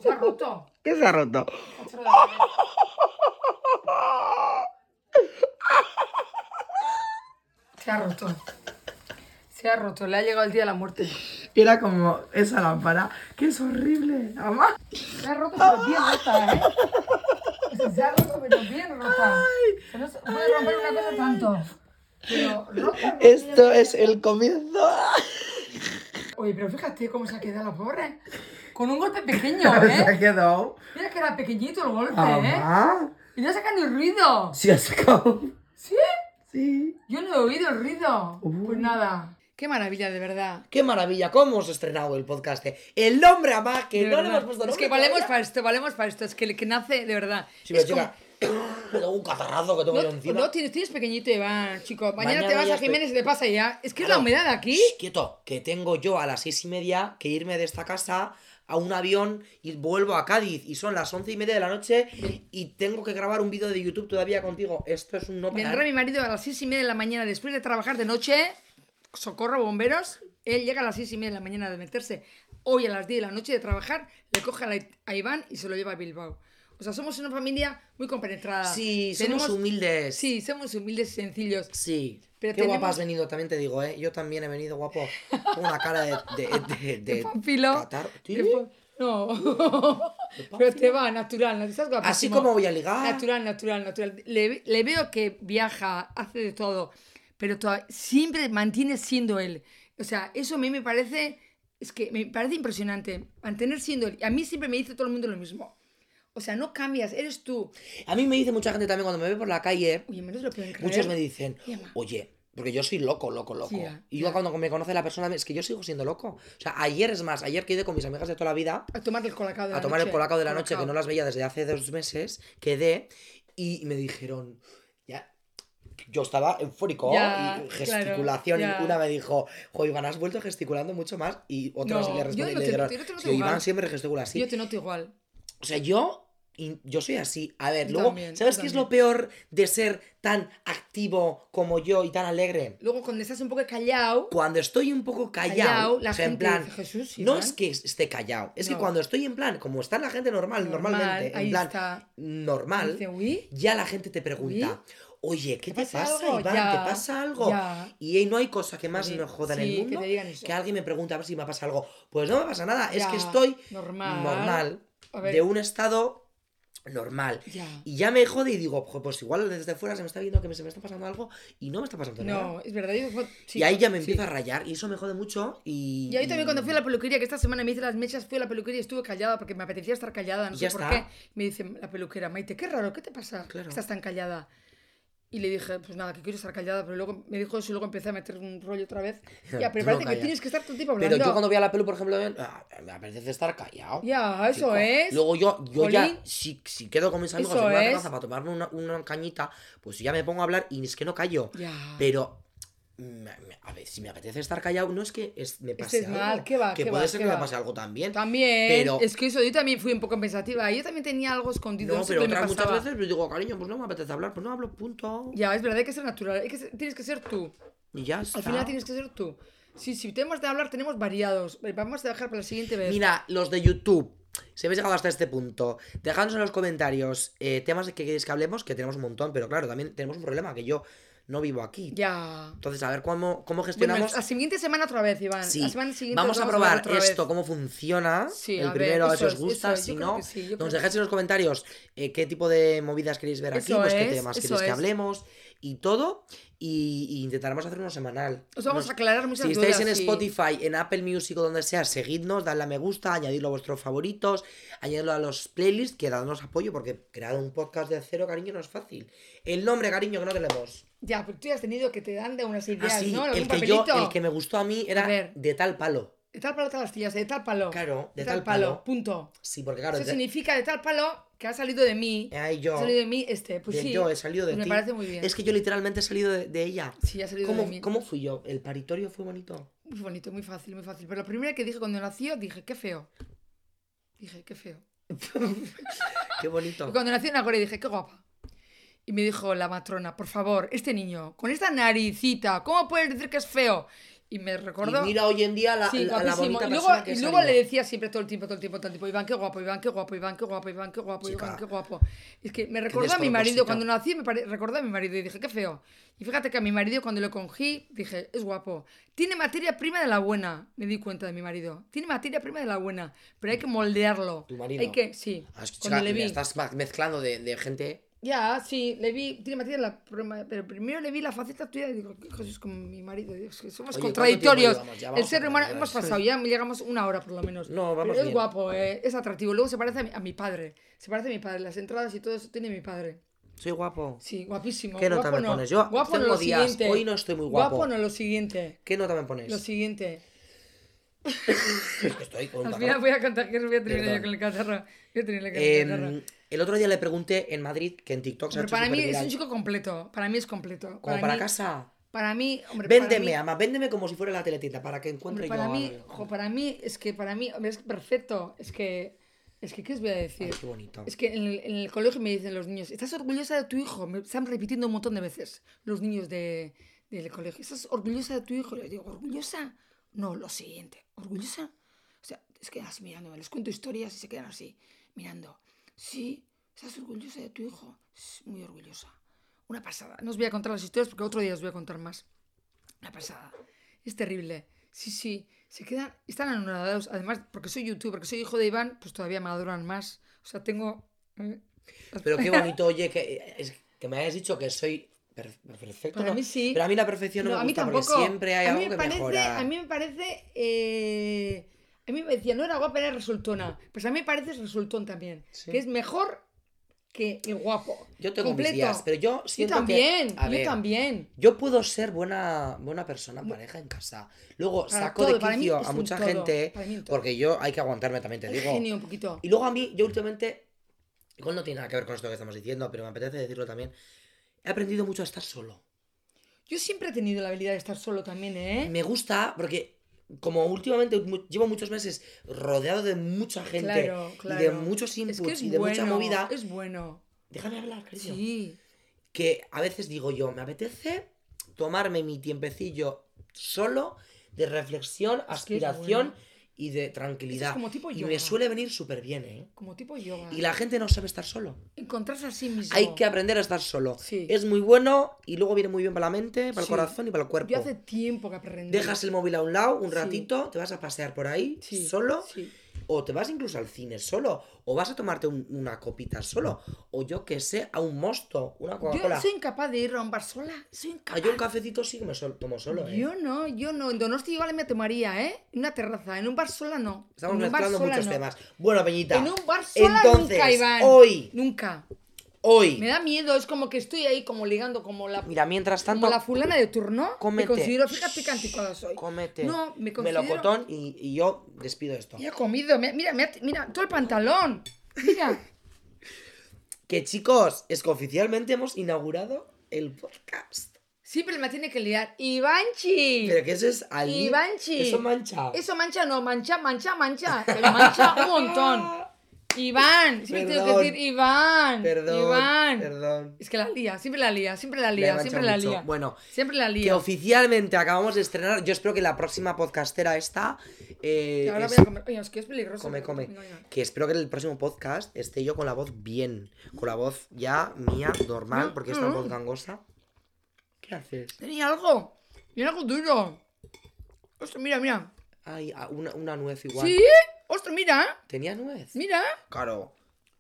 Speaker 3: Se ha roto.
Speaker 2: ¿Qué se ha roto?
Speaker 3: Otro de la vez. Se ha roto. Se ha roto. Le ha llegado el día de la muerte.
Speaker 2: Era como esa lámpara. ¡Que es horrible! ¡Ama!
Speaker 3: Se ha roto, pero bien rota, ¿eh? O sea, Se ha roto, pero bien rota. Se no se puede romper una cosa tanto. Pero rota. no tiene-
Speaker 2: es el comienzo.
Speaker 3: Oye, pero fíjate cómo se ha quedado la pobre. Con un golpe pequeño, ¿eh?
Speaker 2: quedado?
Speaker 3: Mira que era pequeñito el golpe,
Speaker 2: Ah,
Speaker 3: ¿eh?
Speaker 2: ¡Ama!
Speaker 3: Y no saca ni ruido.
Speaker 2: Sí, ha sacado.
Speaker 3: ¿Sí?
Speaker 2: Sí.
Speaker 3: Yo no he oído el ruido. Pues nada. Qué maravilla, de verdad.
Speaker 2: ¡Qué maravilla! ¿Cómo os he estrenado el podcast? eh? El nombre, ama, que
Speaker 3: De
Speaker 2: no le
Speaker 3: verdad.
Speaker 2: hemos puesto ¿eh?
Speaker 3: Es
Speaker 2: nombre
Speaker 3: que valemos
Speaker 2: todavía.
Speaker 3: para esto, valemos para esto. Es que el que nace, de verdad.
Speaker 2: Sí,
Speaker 3: es
Speaker 2: pero chica, tengo un catarrazo que tengo
Speaker 3: No,
Speaker 2: yo encima.
Speaker 3: no tienes, tienes pequeñito, Iván, chico. Mañana,
Speaker 2: Mañana
Speaker 3: te vas
Speaker 2: ya
Speaker 3: a Jiménez
Speaker 2: estoy-
Speaker 3: y te pasa ya. Es que es
Speaker 2: Claro.
Speaker 3: la humedad aquí.
Speaker 2: Shh, quieto, que tengo yo a las seis y media que irme de esta casa a un avión y vuelvo a Cádiz y son las once y media de la noche y tengo que grabar un vídeo de YouTube todavía contigo. Esto es un no
Speaker 3: Vendrá
Speaker 2: parar.
Speaker 3: mi marido a las seis y media de la mañana después de trabajar de noche. Socorro, bomberos. Él llega a las seis y media de la mañana de meterse. Hoy a las 10 de la noche de trabajar, le coge a, la- a Iván y se lo lleva a Bilbao. O sea, somos una familia muy compenetrada.
Speaker 2: Sí,
Speaker 3: Tenemos-
Speaker 2: somos humildes.
Speaker 3: Sí, somos humildes y sencillos.
Speaker 2: Sí.
Speaker 3: Pero
Speaker 2: Qué guapa
Speaker 3: tenemos-
Speaker 2: has venido, también te digo, ¿eh? Yo también he venido guapo. Con una cara de. de. de. de.
Speaker 3: De
Speaker 2: de
Speaker 3: Panfilo.
Speaker 2: catar- ¿Sí?
Speaker 3: de Pan- no. Pero te va, natural. nat- estás guapísimo.
Speaker 2: Así como voy a ligar.
Speaker 3: Natural, natural, natural. Le, le veo que viaja, hace de todo, pero toda- siempre mantiene siendo él. O sea, eso a mí me parece, es que me parece impresionante, mantener siendo él. Y A mí siempre me dice todo el mundo lo mismo. O sea, no cambias, eres tú.
Speaker 2: A mí me dice mucha gente también cuando me ve por la calle,
Speaker 3: Oye, menos lo pueden creer.
Speaker 2: muchos me dicen,
Speaker 3: Ya, ma.
Speaker 2: oye, porque yo soy loco, loco, loco.
Speaker 3: Ya,
Speaker 2: y yo
Speaker 3: ya.
Speaker 2: cuando me conoce la persona, es que yo sigo siendo loco. O sea, ayer es más, ayer que he ido con mis amigas de toda la vida
Speaker 3: A tomar el colacao de la
Speaker 2: a tomar
Speaker 3: noche.
Speaker 2: el colacao de la noche, que
Speaker 3: Colacao.
Speaker 2: no las veía desde hace dos meses, quedé y me dijeron, ya. Yo estaba eufórico
Speaker 3: Ya,
Speaker 2: y
Speaker 3: claro,
Speaker 2: gesticulación.
Speaker 3: ya.
Speaker 2: y una me dijo, jo, Iván, has vuelto gesticulando mucho más. Y
Speaker 3: No,
Speaker 2: otra le
Speaker 3: yo
Speaker 2: respondí y
Speaker 3: no
Speaker 2: le
Speaker 3: te-
Speaker 2: dijeron,
Speaker 3: yo no te noto
Speaker 2: "Es que Iván
Speaker 3: igual".
Speaker 2: siempre gesticula así.
Speaker 3: Yo te noto igual.
Speaker 2: O sea, yo, y- yo soy así. A ver,
Speaker 3: Yo
Speaker 2: luego,
Speaker 3: también,
Speaker 2: ¿sabes
Speaker 3: yo
Speaker 2: qué es lo peor de ser tan activo como yo y tan alegre?
Speaker 3: Luego, cuando estás un poco callado,
Speaker 2: Cuando estoy un poco callado,
Speaker 3: Callao, la
Speaker 2: o sea, en
Speaker 3: gente
Speaker 2: plan,
Speaker 3: dice, "Jesús,
Speaker 2: no
Speaker 3: Iván".
Speaker 2: es que esté callado, es que
Speaker 3: No.
Speaker 2: cuando estoy en plan, como está la gente normal,
Speaker 3: Normal,
Speaker 2: normalmente, en
Speaker 3: ahí
Speaker 2: plan,
Speaker 3: está.
Speaker 2: normal,
Speaker 3: dice, uy,
Speaker 2: ya la gente te pregunta, oye, ¿qué
Speaker 3: ¿Te
Speaker 2: te
Speaker 3: pasa
Speaker 2: pasa,
Speaker 3: algo?
Speaker 2: Iván?
Speaker 3: Ya,
Speaker 2: ¿Te pasa algo?
Speaker 3: ya.
Speaker 2: Y eh, no hay cosa que más
Speaker 3: Sí,
Speaker 2: me joda en
Speaker 3: sí,
Speaker 2: el
Speaker 3: que
Speaker 2: mundo
Speaker 3: te digan eso.
Speaker 2: que alguien me pregunta a ver si me pasa algo. Pues no me pasa nada, es que
Speaker 3: Ya,
Speaker 2: estoy
Speaker 3: normal.
Speaker 2: normal,
Speaker 3: A ver.
Speaker 2: de un estado normal.
Speaker 3: Ya.
Speaker 2: Y ya me jode y digo, "Jo, pues igual desde fuera se me está viendo que me- se me está pasando algo y no me está pasando nada.
Speaker 3: no, es verdad. yo- sí,
Speaker 2: y ahí ya me
Speaker 3: sí.
Speaker 2: empiezo a Mm. rayar y eso me jode mucho y...
Speaker 3: Y ahí también cuando fui a la peluquería, que esta semana me hice las mechas, fui a la peluquería y estuve callada porque me apetecía estar callada, no
Speaker 2: Ya
Speaker 3: sé por
Speaker 2: está.
Speaker 3: qué. Me dice la peluquera, Maite, qué raro, ¿qué te pasa?
Speaker 2: Claro.
Speaker 3: Estás tan callada. Y le dije, pues nada, que quiero estar callada, pero luego me dijo eso y luego empecé a meter un rollo otra vez. Ya,
Speaker 2: Tú no
Speaker 3: pero parece que
Speaker 2: callas.
Speaker 3: tienes que estar todo el tiempo hablando.
Speaker 2: Pero yo cuando voy a la pelu, por ejemplo, me, ah, me apetece estar callado.
Speaker 3: Ya, eso
Speaker 2: Chico,
Speaker 3: es.
Speaker 2: Luego yo, yo ya,
Speaker 3: Jolín.
Speaker 2: si, si quedo con mis amigos
Speaker 3: Eso
Speaker 2: en una
Speaker 3: es.
Speaker 2: terraza para tomarme una, una cañita, pues ya me pongo a hablar y es que no callo.
Speaker 3: Ya.
Speaker 2: Pero, me- me- a ver, si me apetece estar callado, no es que es- me pase
Speaker 3: es
Speaker 2: algo.
Speaker 3: mal, ¿qué va,
Speaker 2: que
Speaker 3: qué
Speaker 2: puede
Speaker 3: va,
Speaker 2: ser
Speaker 3: qué
Speaker 2: que me
Speaker 3: va?
Speaker 2: pase algo también.
Speaker 3: También,
Speaker 2: Pero-
Speaker 3: es que eso, yo también fui un poco pensativa. Yo también tenía algo escondido.
Speaker 2: No,
Speaker 3: sé
Speaker 2: pero
Speaker 3: qué me
Speaker 2: otras muchas
Speaker 3: pasaba.
Speaker 2: veces yo digo, cariño, pues no me apetece hablar, pues no hablo, punto.
Speaker 3: Ya, es verdad, hay que ser natural, hay que ser- tienes que ser tú.
Speaker 2: Y ya está.
Speaker 3: Al final tienes que ser tú. Eh, Sí, si tenemos de hablar, tenemos variados. Vamos a dejar para la siguiente vez.
Speaker 2: Mira, los de YouTube. Si habéis llegado hasta este punto, dejadnos en los comentarios eh, temas que queréis que hablemos, que tenemos un montón, pero claro, también tenemos un problema, que yo no vivo aquí.
Speaker 3: Ya.
Speaker 2: Entonces, a ver cómo, cómo
Speaker 3: Bueno,
Speaker 2: gestionamos.
Speaker 3: la siguiente semana otra vez, Iván.
Speaker 2: Sí.
Speaker 3: La semana siguiente os
Speaker 2: vamos a
Speaker 3: hablar
Speaker 2: probar
Speaker 3: otra vez.
Speaker 2: esto, cómo funciona.
Speaker 3: Sí,
Speaker 2: el
Speaker 3: a ver,
Speaker 2: primero, a ver si
Speaker 3: eso
Speaker 2: os
Speaker 3: es,
Speaker 2: gusta,
Speaker 3: eso es,
Speaker 2: si
Speaker 3: yo creo
Speaker 2: no.
Speaker 3: que sí, yo creo
Speaker 2: nos
Speaker 3: que
Speaker 2: dejáis en los comentarios eh, qué tipo de movidas queréis ver aquí,
Speaker 3: Eso
Speaker 2: pues, qué
Speaker 3: es,
Speaker 2: temas
Speaker 3: eso
Speaker 2: queréis que
Speaker 3: es.
Speaker 2: hablemos y todo. Y, y intentaremos hacer uno semanal.
Speaker 3: Os vamos
Speaker 2: Nos-
Speaker 3: a aclarar muchas
Speaker 2: si
Speaker 3: dudas.
Speaker 2: estáis en
Speaker 3: sí.
Speaker 2: Spotify, en Apple Music o donde sea, seguidnos, dadle a me gusta, añadidlo a vuestros favoritos, añadidlo a los playlists, que dadnos apoyo porque crear un podcast de cero, cariño, no es fácil. El nombre, cariño, que no tenemos.
Speaker 3: Ya, pero tú ya has tenido que te dan de unas ideas,
Speaker 2: Así,
Speaker 3: ¿no?
Speaker 2: Ah, el
Speaker 3: ¿Algún
Speaker 2: que yo,
Speaker 3: papelito?
Speaker 2: el que me gustó a mí
Speaker 3: A
Speaker 2: era
Speaker 3: ver.
Speaker 2: de tal palo.
Speaker 3: De tal palo, tal astilla, de tal palo.
Speaker 2: Claro, de, tal, palo.
Speaker 3: Punto.
Speaker 2: Sí, porque claro,
Speaker 3: Eso
Speaker 2: de-
Speaker 3: significa de tal palo que ha salido de mí.
Speaker 2: ay,
Speaker 3: Ha
Speaker 2: yo,
Speaker 3: salido de mí este. Pues
Speaker 2: de
Speaker 3: sí.
Speaker 2: yo he salido de
Speaker 3: pues me
Speaker 2: ti.
Speaker 3: parece muy bien.
Speaker 2: Es que yo literalmente he salido de, de ella.
Speaker 3: Sí, ha salido de
Speaker 2: ¿Cómo,
Speaker 3: mí.
Speaker 2: ¿Cómo fui yo? ¿El paritorio fue bonito?
Speaker 3: Muy bonito, muy fácil, muy fácil. Pero lo primero que dije cuando nació, dije, qué feo. Dije, qué feo.
Speaker 2: Qué bonito.
Speaker 3: Y cuando nació Nagore dije, qué guapa. Y me dijo la matrona, por favor, este niño, con esta naricita, ¿cómo puedes decir que es feo? Y me recordó...
Speaker 2: Y mira hoy en día la,
Speaker 3: Sí,
Speaker 2: la- la
Speaker 3: guapísimo.
Speaker 2: bonita
Speaker 3: Y luego,
Speaker 2: persona que he
Speaker 3: y luego
Speaker 2: salido.
Speaker 3: le decía siempre todo el tiempo, todo el tiempo, todo el tiempo, Iván, qué guapo, Iván, qué guapo, Iván, qué guapo, Iván, qué guapo,
Speaker 2: Chica.
Speaker 3: Iván, qué guapo. Es que me recordó a mi marido
Speaker 2: despropósito.
Speaker 3: cuando nací, me pare- recordó a mi marido y dije, qué feo. Y fíjate que a mi marido cuando lo cogí, dije, es guapo. Tiene materia prima de la buena, me di cuenta de mi marido. Tiene materia prima de la buena, pero hay que moldearlo.
Speaker 2: ¿Tu marido?
Speaker 3: Hay que, sí.
Speaker 2: Ah, es que,
Speaker 3: cuando
Speaker 2: chica,
Speaker 3: le
Speaker 2: me
Speaker 3: vi.
Speaker 2: estás ma- mezclando de, de gente.
Speaker 3: Ya, sí, le vi, tiene materia la prima, pero primero le vi la faceta tuya y digo, ¿qué Jesús con mi marido? Dios, que somos
Speaker 2: Oye, ¿cuánto
Speaker 3: contradictorios.
Speaker 2: tiempo llevamos? Ya
Speaker 3: El
Speaker 2: vamos
Speaker 3: ser
Speaker 2: a
Speaker 3: humano,
Speaker 2: acabar,
Speaker 3: hemos
Speaker 2: sí.
Speaker 3: pasado ya, llegamos una hora por lo menos.
Speaker 2: No,
Speaker 3: Pero
Speaker 2: vamos
Speaker 3: es
Speaker 2: bien.
Speaker 3: guapo, eh, es atractivo. Luego se parece a mi, a mi padre, se parece a mi padre, las entradas y todo eso tiene mi padre.
Speaker 2: Soy guapo.
Speaker 3: Sí, guapísimo.
Speaker 2: ¿Qué nota
Speaker 3: guapo
Speaker 2: me
Speaker 3: no.
Speaker 2: pones? Yo
Speaker 3: guapo
Speaker 2: tengo
Speaker 3: no lo
Speaker 2: días,
Speaker 3: siguiente.
Speaker 2: hoy no estoy muy guapo.
Speaker 3: Guapo no lo siguiente,
Speaker 2: ¿Qué nota me pones?
Speaker 3: lo siguiente.
Speaker 2: Es que estoy con un
Speaker 3: Al final
Speaker 2: catarro.
Speaker 3: voy a contagiar, voy a terminar
Speaker 2: Perdón.
Speaker 3: yo con el catarro. Voy a terminar con el catarro.
Speaker 2: Em, el otro día le pregunté en Madrid, que en TikTok se ha
Speaker 3: Pero
Speaker 2: hecho
Speaker 3: para mí es
Speaker 2: superviral.
Speaker 3: un chico completo, para mí es completo.
Speaker 2: Como para,
Speaker 3: mí-
Speaker 2: casa.
Speaker 3: Para mí, hombre, para mí-
Speaker 2: Véndeme, ama, véndeme como si fuera la teletienda para que encuentre
Speaker 3: Hombre, para
Speaker 2: yo
Speaker 3: mí,
Speaker 2: algo.
Speaker 3: jo, para mí, es que para mí, hombre, es perfecto. Es que, es que, ¿qué os voy a
Speaker 2: Ay,
Speaker 3: decir?
Speaker 2: qué bonito.
Speaker 3: Es que en el, en el colegio me dicen los niños, ¿estás orgullosa de tu hijo? Me están repitiendo un montón de veces los niños de, del colegio. ¿Estás orgullosa de tu hijo? Les digo, ¿orgullosa? No, lo siguiente, ¿orgullosa? O sea, es que así mirándome, les cuento historias y se quedan así, mirando. Sí, ¿estás orgullosa de tu hijo? "Sí, Muy orgullosa. Una pasada. No os voy a contar las historias porque otro día os voy a contar más. Una pasada. Es terrible. Sí, sí. Se quedan, están anonadados. Además, porque soy youtuber, porque soy hijo de Iván, pues todavía maduran más. O sea, tengo. eh,
Speaker 2: Pero qué bonito, oye, que, eh, es que me hayas dicho que soy per- perfecto.
Speaker 3: Para
Speaker 2: ¿no?
Speaker 3: mí sí.
Speaker 2: Pero a mí la perfección no,
Speaker 3: No,
Speaker 2: me
Speaker 3: a mí
Speaker 2: gusta
Speaker 3: tampoco.
Speaker 2: porque siempre hay
Speaker 3: a mí
Speaker 2: algo
Speaker 3: me
Speaker 2: que
Speaker 3: parece,
Speaker 2: mejora.
Speaker 3: A mí me parece. eh, a mí me decía, no era guapa, era resultona. Pues a mí me parece resultón también.
Speaker 2: Sí.
Speaker 3: Que es mejor que el guapo.
Speaker 2: Yo tengo
Speaker 3: completo.
Speaker 2: mis días, pero yo
Speaker 3: Yo
Speaker 2: siento
Speaker 3: también,
Speaker 2: que... a
Speaker 3: yo
Speaker 2: ver,
Speaker 3: también.
Speaker 2: Yo puedo ser buena, buena persona, pareja en casa. Luego
Speaker 3: Para
Speaker 2: saco
Speaker 3: todo,
Speaker 2: de
Speaker 3: para mí
Speaker 2: quicio
Speaker 3: es
Speaker 2: a
Speaker 3: un
Speaker 2: mucha
Speaker 3: todo,
Speaker 2: gente
Speaker 3: para mí un todo.
Speaker 2: porque yo hay que aguantarme también, te
Speaker 3: Un
Speaker 2: digo.
Speaker 3: genio un poquito.
Speaker 2: Y luego a mí, yo últimamente, igual no tiene nada que ver con esto que estamos diciendo, pero me apetece decirlo también, he aprendido mucho a estar solo.
Speaker 3: Yo siempre he tenido la habilidad de estar solo también, ¿eh?
Speaker 2: Me gusta porque como últimamente mu- llevo muchos meses rodeado de mucha gente
Speaker 3: Claro, claro.
Speaker 2: y de muchos inputs
Speaker 3: es que es
Speaker 2: y de
Speaker 3: bueno,
Speaker 2: mucha movida,
Speaker 3: Es bueno.
Speaker 2: déjame hablar, cariño.
Speaker 3: Sí.
Speaker 2: que a veces digo yo, me apetece tomarme mi tiempecillo solo de reflexión,
Speaker 3: que es
Speaker 2: aspiración
Speaker 3: bueno.
Speaker 2: y de tranquilidad.
Speaker 3: Eso es como tipo
Speaker 2: y
Speaker 3: yoga.
Speaker 2: me suele venir súper bien, ¿eh?
Speaker 3: Como tipo yoga.
Speaker 2: Y la gente no sabe estar solo.
Speaker 3: Encontrarse a sí mismo.
Speaker 2: Hay que aprender a estar solo.
Speaker 3: Sí.
Speaker 2: Es muy bueno y luego viene muy bien para la mente, para el
Speaker 3: Sí.
Speaker 2: corazón y para el cuerpo.
Speaker 3: Yo hace tiempo que aprendí.
Speaker 2: Dejas el móvil a un lado un
Speaker 3: Sí.
Speaker 2: ratito, te vas a pasear por ahí
Speaker 3: Sí,
Speaker 2: solo,
Speaker 3: sí.
Speaker 2: o te vas incluso al cine solo, o vas a tomarte un- una copita solo, o yo que sé, a un mosto, una Coca-Cola.
Speaker 3: Yo soy incapaz de ir a un bar sola. Soy incapaz.
Speaker 2: Ah, yo un cafecito sí que me sol- tomo solo, ¿eh?
Speaker 3: Yo no, yo no. En Donosti igual me tomaría, ¿eh? En una terraza. En un bar sola no.
Speaker 2: Estamos
Speaker 3: en un bar
Speaker 2: mezclando
Speaker 3: sola
Speaker 2: muchos
Speaker 3: no.
Speaker 2: temas. Bueno, Peñita.
Speaker 3: En un bar sola
Speaker 2: entonces,
Speaker 3: nunca, Iván.
Speaker 2: hoy,
Speaker 3: Nunca.
Speaker 2: hoy.
Speaker 3: Me da miedo. Es como que estoy ahí como ligando como la...
Speaker 2: Mira, mientras tanto,
Speaker 3: Como la fulana de turno,
Speaker 2: Cómete.
Speaker 3: me considero, fíjate qué anticuada soy.
Speaker 2: cómete
Speaker 3: No, me considero...
Speaker 2: melocotón y, y yo despido esto.
Speaker 3: Ya he comido, me- mira, me ha- mira, todo el pantalón. Mira,
Speaker 2: Que chicos, es que oficialmente hemos inaugurado el podcast.
Speaker 3: siempre me tiene que liar. Ivanchi.
Speaker 2: Pero que eso es ahí.
Speaker 3: Ivanchi.
Speaker 2: Eso mancha.
Speaker 3: Eso mancha, no, mancha, mancha, mancha. Pero mancha un montón. Iván, siempre tengo que
Speaker 2: Perdón.
Speaker 3: decir Iván.
Speaker 2: Perdón.
Speaker 3: Iván.
Speaker 2: Perdón.
Speaker 3: Es que la lía, siempre la lía, siempre la
Speaker 2: La he
Speaker 3: lía,
Speaker 2: manchado
Speaker 3: siempre la
Speaker 2: mucho.
Speaker 3: lía.
Speaker 2: Bueno,
Speaker 3: Siempre la
Speaker 2: que
Speaker 3: lía.
Speaker 2: oficialmente acabamos de estrenar. Yo espero que la próxima podcastera esta. eh,
Speaker 3: Y ahora
Speaker 2: es-
Speaker 3: voy a comer. Oye, es que es peligroso.
Speaker 2: Come, come.
Speaker 3: Venga, venga.
Speaker 2: Que espero que en el próximo podcast esté yo con la voz bien. Con la voz ya mía, normal, porque esta
Speaker 3: Mm.
Speaker 2: voz gangosa. ¿Qué haces?
Speaker 3: Tenía algo. Tenía algo duro. Ostras, mira, mira.
Speaker 2: Ay, a- una, una nuez igual.
Speaker 3: ¿Sí? Ostras, mira.
Speaker 2: ¿Tenía nuez?
Speaker 3: Mira.
Speaker 2: Claro.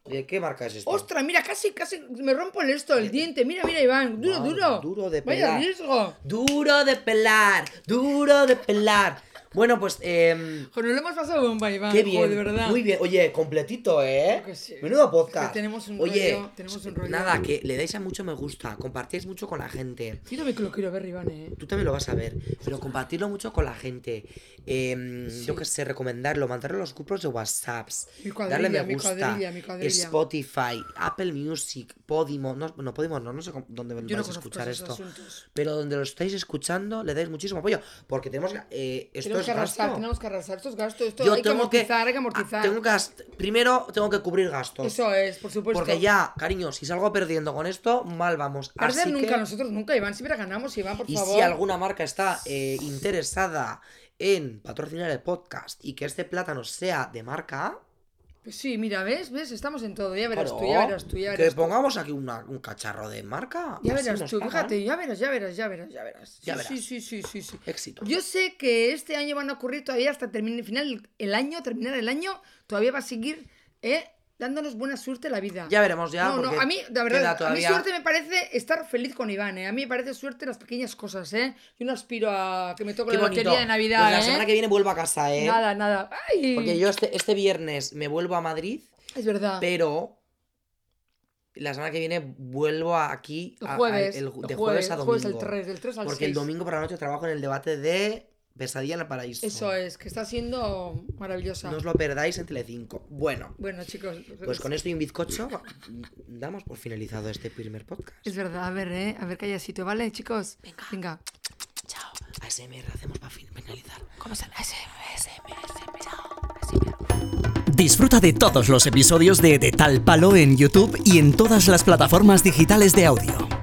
Speaker 2: ¿De qué marca es esto?
Speaker 3: Ostras, mira, casi, casi me rompo el esto, el diente. Mira, mira, Iván. Duro,
Speaker 2: Madre,
Speaker 3: duro.
Speaker 2: Eh, duro de
Speaker 3: Vaya
Speaker 2: pelar.
Speaker 3: riesgo.
Speaker 2: Duro de pelar, duro de pelar. Bueno, pues, em,
Speaker 3: Joder, nos lo hemos pasado bomba, Iván.
Speaker 2: qué
Speaker 3: Qué
Speaker 2: bien.
Speaker 3: de verdad.
Speaker 2: Muy bien. Oye, completito, ¿eh?
Speaker 3: Creo que sí.
Speaker 2: Menudo podcast.
Speaker 3: Es que tenemos un
Speaker 2: Oye,
Speaker 3: rollo- tenemos un rollo.
Speaker 2: nada, que le dais a mucho me gusta, compartís mucho con la gente.
Speaker 3: Yo también que lo quiero ver, Iván, eh.
Speaker 2: Tú también lo vas a ver, pero compartirlo mucho con la gente. Em, Yo qué sé, recomendarlo, mandarlo a los grupos de WhatsApps,
Speaker 3: Mi cuadrilla,
Speaker 2: darle me
Speaker 3: mi
Speaker 2: gusta,
Speaker 3: cuadrilla, mi cuadrilla.
Speaker 2: Spotify, Apple Music, Podimo, no, no Podimo, no, no sé cómo- dónde vais
Speaker 3: Yo no
Speaker 2: a
Speaker 3: conozco
Speaker 2: escuchar
Speaker 3: esos
Speaker 2: esto.
Speaker 3: asuntos.
Speaker 2: Pero donde lo estáis escuchando, le dais muchísimo apoyo. Porque tenemos. que- Eh, esto
Speaker 3: tenemos
Speaker 2: es
Speaker 3: que arrasar,
Speaker 2: gasto.
Speaker 3: tenemos que arrasar estos gastos. Esto
Speaker 2: Yo
Speaker 3: hay que
Speaker 2: tengo
Speaker 3: amortizar, hay que
Speaker 2: ah,
Speaker 3: amortizar.
Speaker 2: tengo que gast- Primero tengo que cubrir gastos.
Speaker 3: Eso pues es, por supuesto.
Speaker 2: porque ya, cariño, si salgo perdiendo con esto, mal vamos.
Speaker 3: Perder
Speaker 2: Así
Speaker 3: nunca,
Speaker 2: que-
Speaker 3: nosotros nunca, Iván. Siempre ganamos, Iván, por
Speaker 2: y
Speaker 3: favor.
Speaker 2: si alguna marca está eh, interesada en patrocinar el podcast y que este plátano sea de marca,
Speaker 3: Pues sí, mira, ¿ves? ¿Ves? Estamos en todo. Ya verás tú,
Speaker 2: claro,
Speaker 3: ya verás tú, ya
Speaker 2: que
Speaker 3: verás tú.
Speaker 2: pongamos aquí una- un cacharro de marca.
Speaker 3: Ya
Speaker 2: así
Speaker 3: verás
Speaker 2: nos
Speaker 3: tú,
Speaker 2: pagan.
Speaker 3: fíjate, ya verás, ya verás, ya verás, ya verás. Sí,
Speaker 2: Ya
Speaker 3: sí,
Speaker 2: verás.
Speaker 3: sí, sí, sí, sí.
Speaker 2: Éxito.
Speaker 3: Yo sé que este año van a ocurrir todavía hasta terminar el final el año, terminar el año, todavía va a seguir eh, dándonos buena suerte la vida.
Speaker 2: Ya veremos, ya.
Speaker 3: no, no,
Speaker 2: porque
Speaker 3: a mí, la
Speaker 2: queda
Speaker 3: verdad, a
Speaker 2: todavía-
Speaker 3: mí suerte me parece estar feliz con Iván, ¿eh? A mí me parece suerte las pequeñas cosas, ¿eh? Yo no aspiro a que me toque
Speaker 2: Qué
Speaker 3: la
Speaker 2: bonito.
Speaker 3: lotería de Navidad,
Speaker 2: Pues la
Speaker 3: ¿eh?
Speaker 2: semana que viene vuelvo a casa, ¿eh?
Speaker 3: Nada, nada. Ay,
Speaker 2: Porque yo este, este viernes me vuelvo a Madrid,
Speaker 3: es verdad.
Speaker 2: pero la semana que viene vuelvo a- aquí
Speaker 3: El
Speaker 2: a- a-
Speaker 3: jueves,
Speaker 2: el-
Speaker 3: el,
Speaker 2: de jueves a domingo.
Speaker 3: Jueves al 3, del 3 al
Speaker 2: porque
Speaker 3: 6.
Speaker 2: el domingo por la noche trabajo en el debate de Pesadilla en el Paraíso.
Speaker 3: Eso es, ah. que está siendo maravillosa.
Speaker 2: No os lo perdáis en Telecinco. Bueno,
Speaker 3: Bueno, chicos,
Speaker 2: pues con esto y un bizcocho damos por finalizado este primer podcast.
Speaker 3: es verdad, a ver, ¿eh? A ver, callasito, ¿vale, chicos? Venga. Venga.
Speaker 2: Chao. ASMR hacemos para finalizar.
Speaker 3: ¿Cómo se
Speaker 1: Disfruta de todos los episodios de De Tal Palo en YouTube y en todas las plataformas digitales de audio.